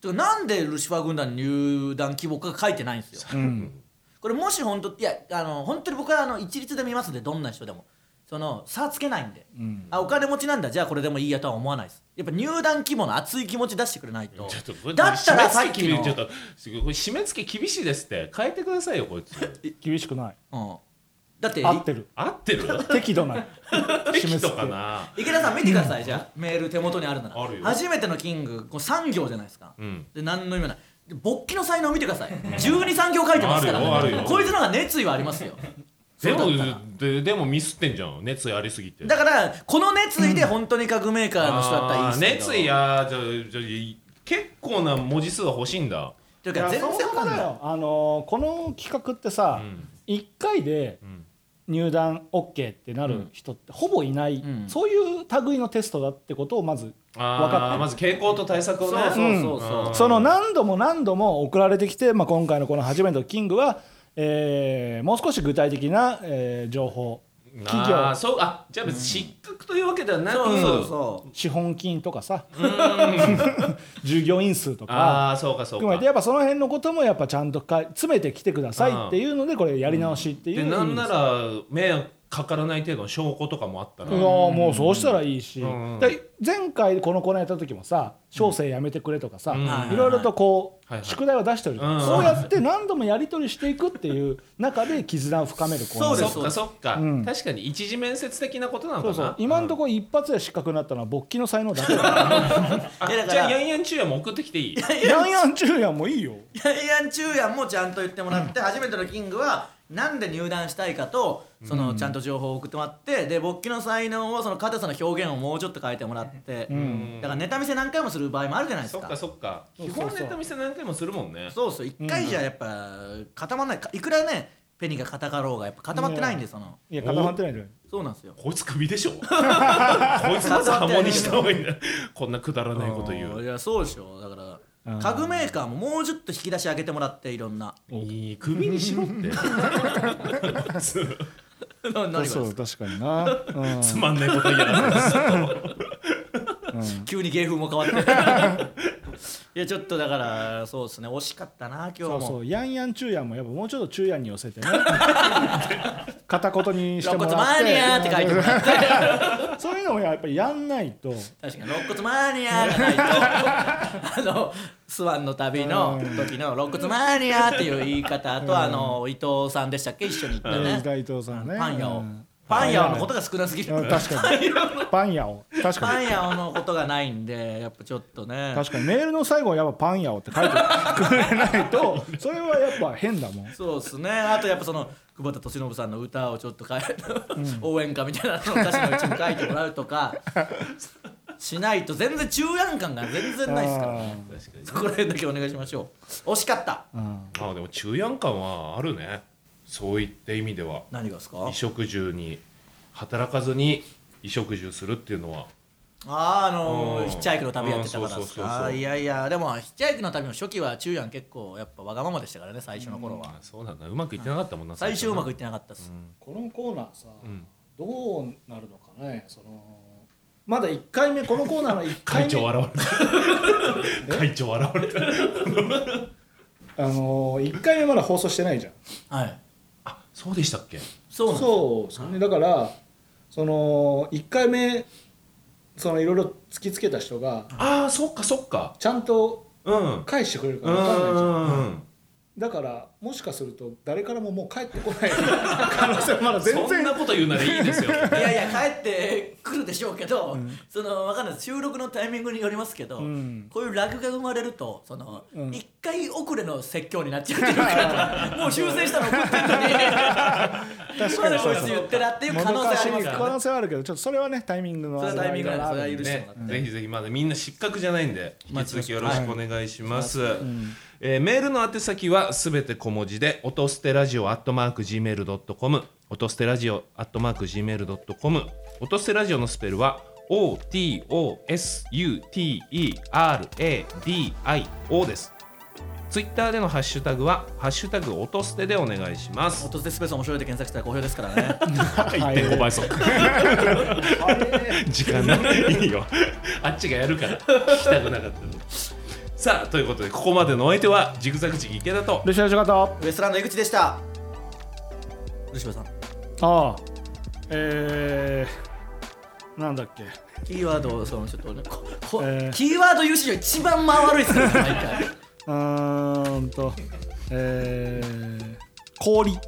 Speaker 3: てかなんでルシファー軍団入団規模か書いてないんですよ
Speaker 2: うん
Speaker 3: これもし本当いやあの本当に僕はあの一律で見ますんでどんな人でもその差つけないんで、
Speaker 2: うん
Speaker 3: あお金持ちなんだじゃあこれでもいいやとは思わないですやっぱ入団規模の熱い気持ち出してくれないと
Speaker 1: ちょっとこれ
Speaker 3: だったらさっき
Speaker 1: 締め付け
Speaker 3: の
Speaker 1: 厳しいちょっとすごいこれ締め付け厳しいですって変えてくださいよこいつ
Speaker 2: 厳しくない
Speaker 3: うん、だって
Speaker 2: 合ってる
Speaker 1: 合ってる
Speaker 2: 適度 な
Speaker 1: 適度かな
Speaker 3: 池田さん見てくださいじゃあメール手元にあるなら
Speaker 1: あるよ
Speaker 3: 初めてのキングこう3行じゃないですか、
Speaker 1: うん
Speaker 3: で何の意味もないで勃起の才能見てください123行書いてますから、ね、
Speaker 1: あるよあるよ
Speaker 3: こいつの方が熱意はありますよ
Speaker 1: でも
Speaker 3: そうだったら
Speaker 1: ででもミスってんじゃん熱意ありすぎて
Speaker 3: だからこの熱意で本当に革命家の人だったらいいんですけど
Speaker 1: 熱意やじゃじゃ結構な文字数が欲しいんだ
Speaker 3: という
Speaker 2: いや
Speaker 3: か全然
Speaker 2: そ
Speaker 3: わ
Speaker 2: う
Speaker 3: かん
Speaker 2: だ
Speaker 3: ない
Speaker 2: よあのーこの企画ってさ、
Speaker 1: うん
Speaker 2: 一1回で
Speaker 1: ん
Speaker 2: 入団 OK ってなる人ってほぼいない、
Speaker 3: ん
Speaker 2: そういう類のテストだってことをまず
Speaker 1: あ
Speaker 2: 分かった
Speaker 1: ーまず傾向と対策をね
Speaker 3: そうそうそうそう、
Speaker 1: うん
Speaker 2: その何度も何度も送られてきて、まあ、今回のこの「初めてのキングは」えーもう少し具体的な、えー情報企
Speaker 1: あー
Speaker 2: 業
Speaker 1: そうあじゃあ別に失格というわけではなく、
Speaker 3: そうそうそう
Speaker 2: 資本金とかさ 従業員数とか
Speaker 1: ああそうかそう
Speaker 2: 含
Speaker 1: か
Speaker 2: めてやっぱその辺のこともやっぱちゃんとか詰めてきてくださいっていうのでこれやり直しっていう
Speaker 1: で
Speaker 2: 意味
Speaker 1: な
Speaker 2: です
Speaker 1: んなら迷惑かからない程度の証拠とかもあったら、
Speaker 2: いやーもうそうしたらいいし、
Speaker 1: うん
Speaker 2: で前回このコーナーやった時もさ小生やめてくれとかさ、
Speaker 1: うん
Speaker 2: いろいろとこう、
Speaker 1: はいはい
Speaker 2: 宿題を出してる、
Speaker 1: うん
Speaker 2: そうやって何度もやり取りしていくっていう中で絆を深めるコーナー
Speaker 3: そうで
Speaker 1: そ
Speaker 3: す
Speaker 1: っかそっか、
Speaker 2: うん
Speaker 1: 確かに一次面接的なことなのか
Speaker 2: そ
Speaker 1: な
Speaker 2: うそう今のところ一発で失格になったのは勃起の才能だけだか
Speaker 1: あ
Speaker 3: いやだか
Speaker 1: じゃ
Speaker 3: ら
Speaker 1: あヤンヤン中也も送ってきていい
Speaker 2: らヤンヤン中ヤンもいいよ
Speaker 3: ヤンヤン中也もちゃんと言ってもらって、初めてのキングはなんで入団したいかとそのちゃんと情報を送ってもらってで勃起の才能をその硬さの表現をもうちょっと変えてもらって、
Speaker 2: ん
Speaker 3: だからネタ見せ何回もする場合もあるじゃないです
Speaker 1: そっ
Speaker 3: か
Speaker 1: かそっか
Speaker 2: そう
Speaker 1: 基
Speaker 2: そうそう
Speaker 1: 本ネタ見せ何回もするもんね
Speaker 3: そうそう一回じゃやっぱ固まらないかいくらねペニーが硬かろうがやっぱ固まってないんでその
Speaker 2: いや固まってないじゃない
Speaker 3: そうなんですよ
Speaker 1: こいつクビでし ょこいつまず破門にした方がいいんだこんなくだらないこと言
Speaker 3: あー
Speaker 1: う
Speaker 3: いやそうでしょだから
Speaker 2: うん
Speaker 3: 家具メーカーももうちょっと引き出し上げてもらっていろんな
Speaker 1: いいクビにしろって つ
Speaker 3: な何がです
Speaker 2: そう
Speaker 3: か
Speaker 2: そう確かにな、うん
Speaker 1: つまんないこと言いやがって
Speaker 3: 急に芸風も変わっていやちょっとだからそうですね惜しかったな 今日
Speaker 2: そ
Speaker 3: も
Speaker 2: うそうヤンヤン中ヤンもやっぱもうちょっと中ヤンに寄せ てね片言にして
Speaker 3: 肋
Speaker 2: も
Speaker 3: 骨
Speaker 2: らっ
Speaker 3: マ
Speaker 2: て
Speaker 3: ニアって書いてもらって
Speaker 2: そういうのもやっぱりやんないと
Speaker 3: 確かに肋骨マニアじゃないとあのスワンの旅の時の肋骨マニアっていう言い方あとあの伊藤さんでしたっけ一緒に行った
Speaker 2: 飯
Speaker 3: ね
Speaker 2: 田伊藤さんね
Speaker 3: パン屋を
Speaker 2: うん
Speaker 3: パン屋のことが少なすぎる
Speaker 2: うん確かにパン屋を確
Speaker 3: パ
Speaker 2: かに
Speaker 3: ン屋のことがないんでやっぱちょっとね
Speaker 2: 確かにメールの最後はやっぱパン屋をって書いてくれない とそれはやっぱ変だもん
Speaker 3: そうですねあとやっぱその久保田利伸さんの歌をちょっと変え応援歌みたいなのを歌詞のうちに書いてもらうとかしないと全然中安感が全然ないですからね
Speaker 1: 確かに
Speaker 3: そこら辺だけお願いしましょう惜しかった
Speaker 2: うん
Speaker 1: あーでも中やん感はあるねそういった意味では
Speaker 3: 何がですか
Speaker 1: 衣食住に働かずに衣食住するっていうのは
Speaker 3: あーあの
Speaker 1: う
Speaker 3: ー、
Speaker 1: ん
Speaker 3: ヒッチハイクの旅やってたから
Speaker 1: う
Speaker 3: です
Speaker 1: んそうそうそう
Speaker 3: か
Speaker 1: そう
Speaker 3: いやいやでもヒッチハイクの旅の初期は中安結構やっぱわがままでしたからね最初の頃は、
Speaker 1: あそうなんだうまくいってなかったもんな
Speaker 3: 最初うまくい
Speaker 1: い
Speaker 3: ってなかったっす、
Speaker 2: このコーナーさ、
Speaker 1: ん
Speaker 2: どうなるのかねそのまだ1回目このコーナーの1回
Speaker 1: 会
Speaker 2: 目
Speaker 1: 長現れた会長現れた
Speaker 2: あのー、1回目まだ放送してないじゃん
Speaker 3: はい
Speaker 1: あそうでしたっけ
Speaker 3: そうなんです
Speaker 2: そうですねだからその1回目そのいろいろ突きつけた人が
Speaker 1: ああそっかそっか
Speaker 2: ちゃんと
Speaker 1: うん
Speaker 2: 返してくれるか
Speaker 1: う
Speaker 2: 分かんないじゃん
Speaker 1: ん
Speaker 2: だからもしかすると誰からももう帰ってこない 可能性はまだ全
Speaker 1: そん
Speaker 2: 然
Speaker 1: なこと言うならいいですよ
Speaker 3: いやいや帰ってくるでしょうけど、そのわかんないです収録のタイミングによりますけど、
Speaker 2: ん
Speaker 3: こういうラグが生まれるとその、
Speaker 2: うん
Speaker 3: 一回遅れの説教になっちゃうっていう かもう修正したの送ってんのにまだこいつ言ってなっていう可能性ありま
Speaker 2: 可
Speaker 3: すからね
Speaker 2: 能性はあるけどちょっとそれはねタイミングの
Speaker 3: それはタイミングなんでそれは 許しても
Speaker 1: ね
Speaker 3: らって、、
Speaker 1: ぜひぜひまだみんな失格じゃないんで引き続きよろしくお願いします、えーメールの宛先はすべて小文字で音捨てラジオアットマーク Gmail.com 音捨てラジオアットマーク Gmail.com 音捨てラジオのスペルは OTOSUTERADIO ですツイッターでのハッシュタグは「ハッシュタグ音捨て」でお願いします
Speaker 3: 音でスペース面白いで検索したら好評ですからね
Speaker 1: 1.5倍速時間ないいいよあっちがやるから聞きたくなかったのさあということでここまでのお相手はジグザグジギ池田と
Speaker 2: ルシアルシカト
Speaker 3: ウエストランド井口でしたルシファーさん
Speaker 2: ああえー、なんだっけ
Speaker 3: キーワードそのちょっとねここ
Speaker 2: えー
Speaker 3: キーワード有史上一番間悪いっすね毎回
Speaker 2: うーんとえー氷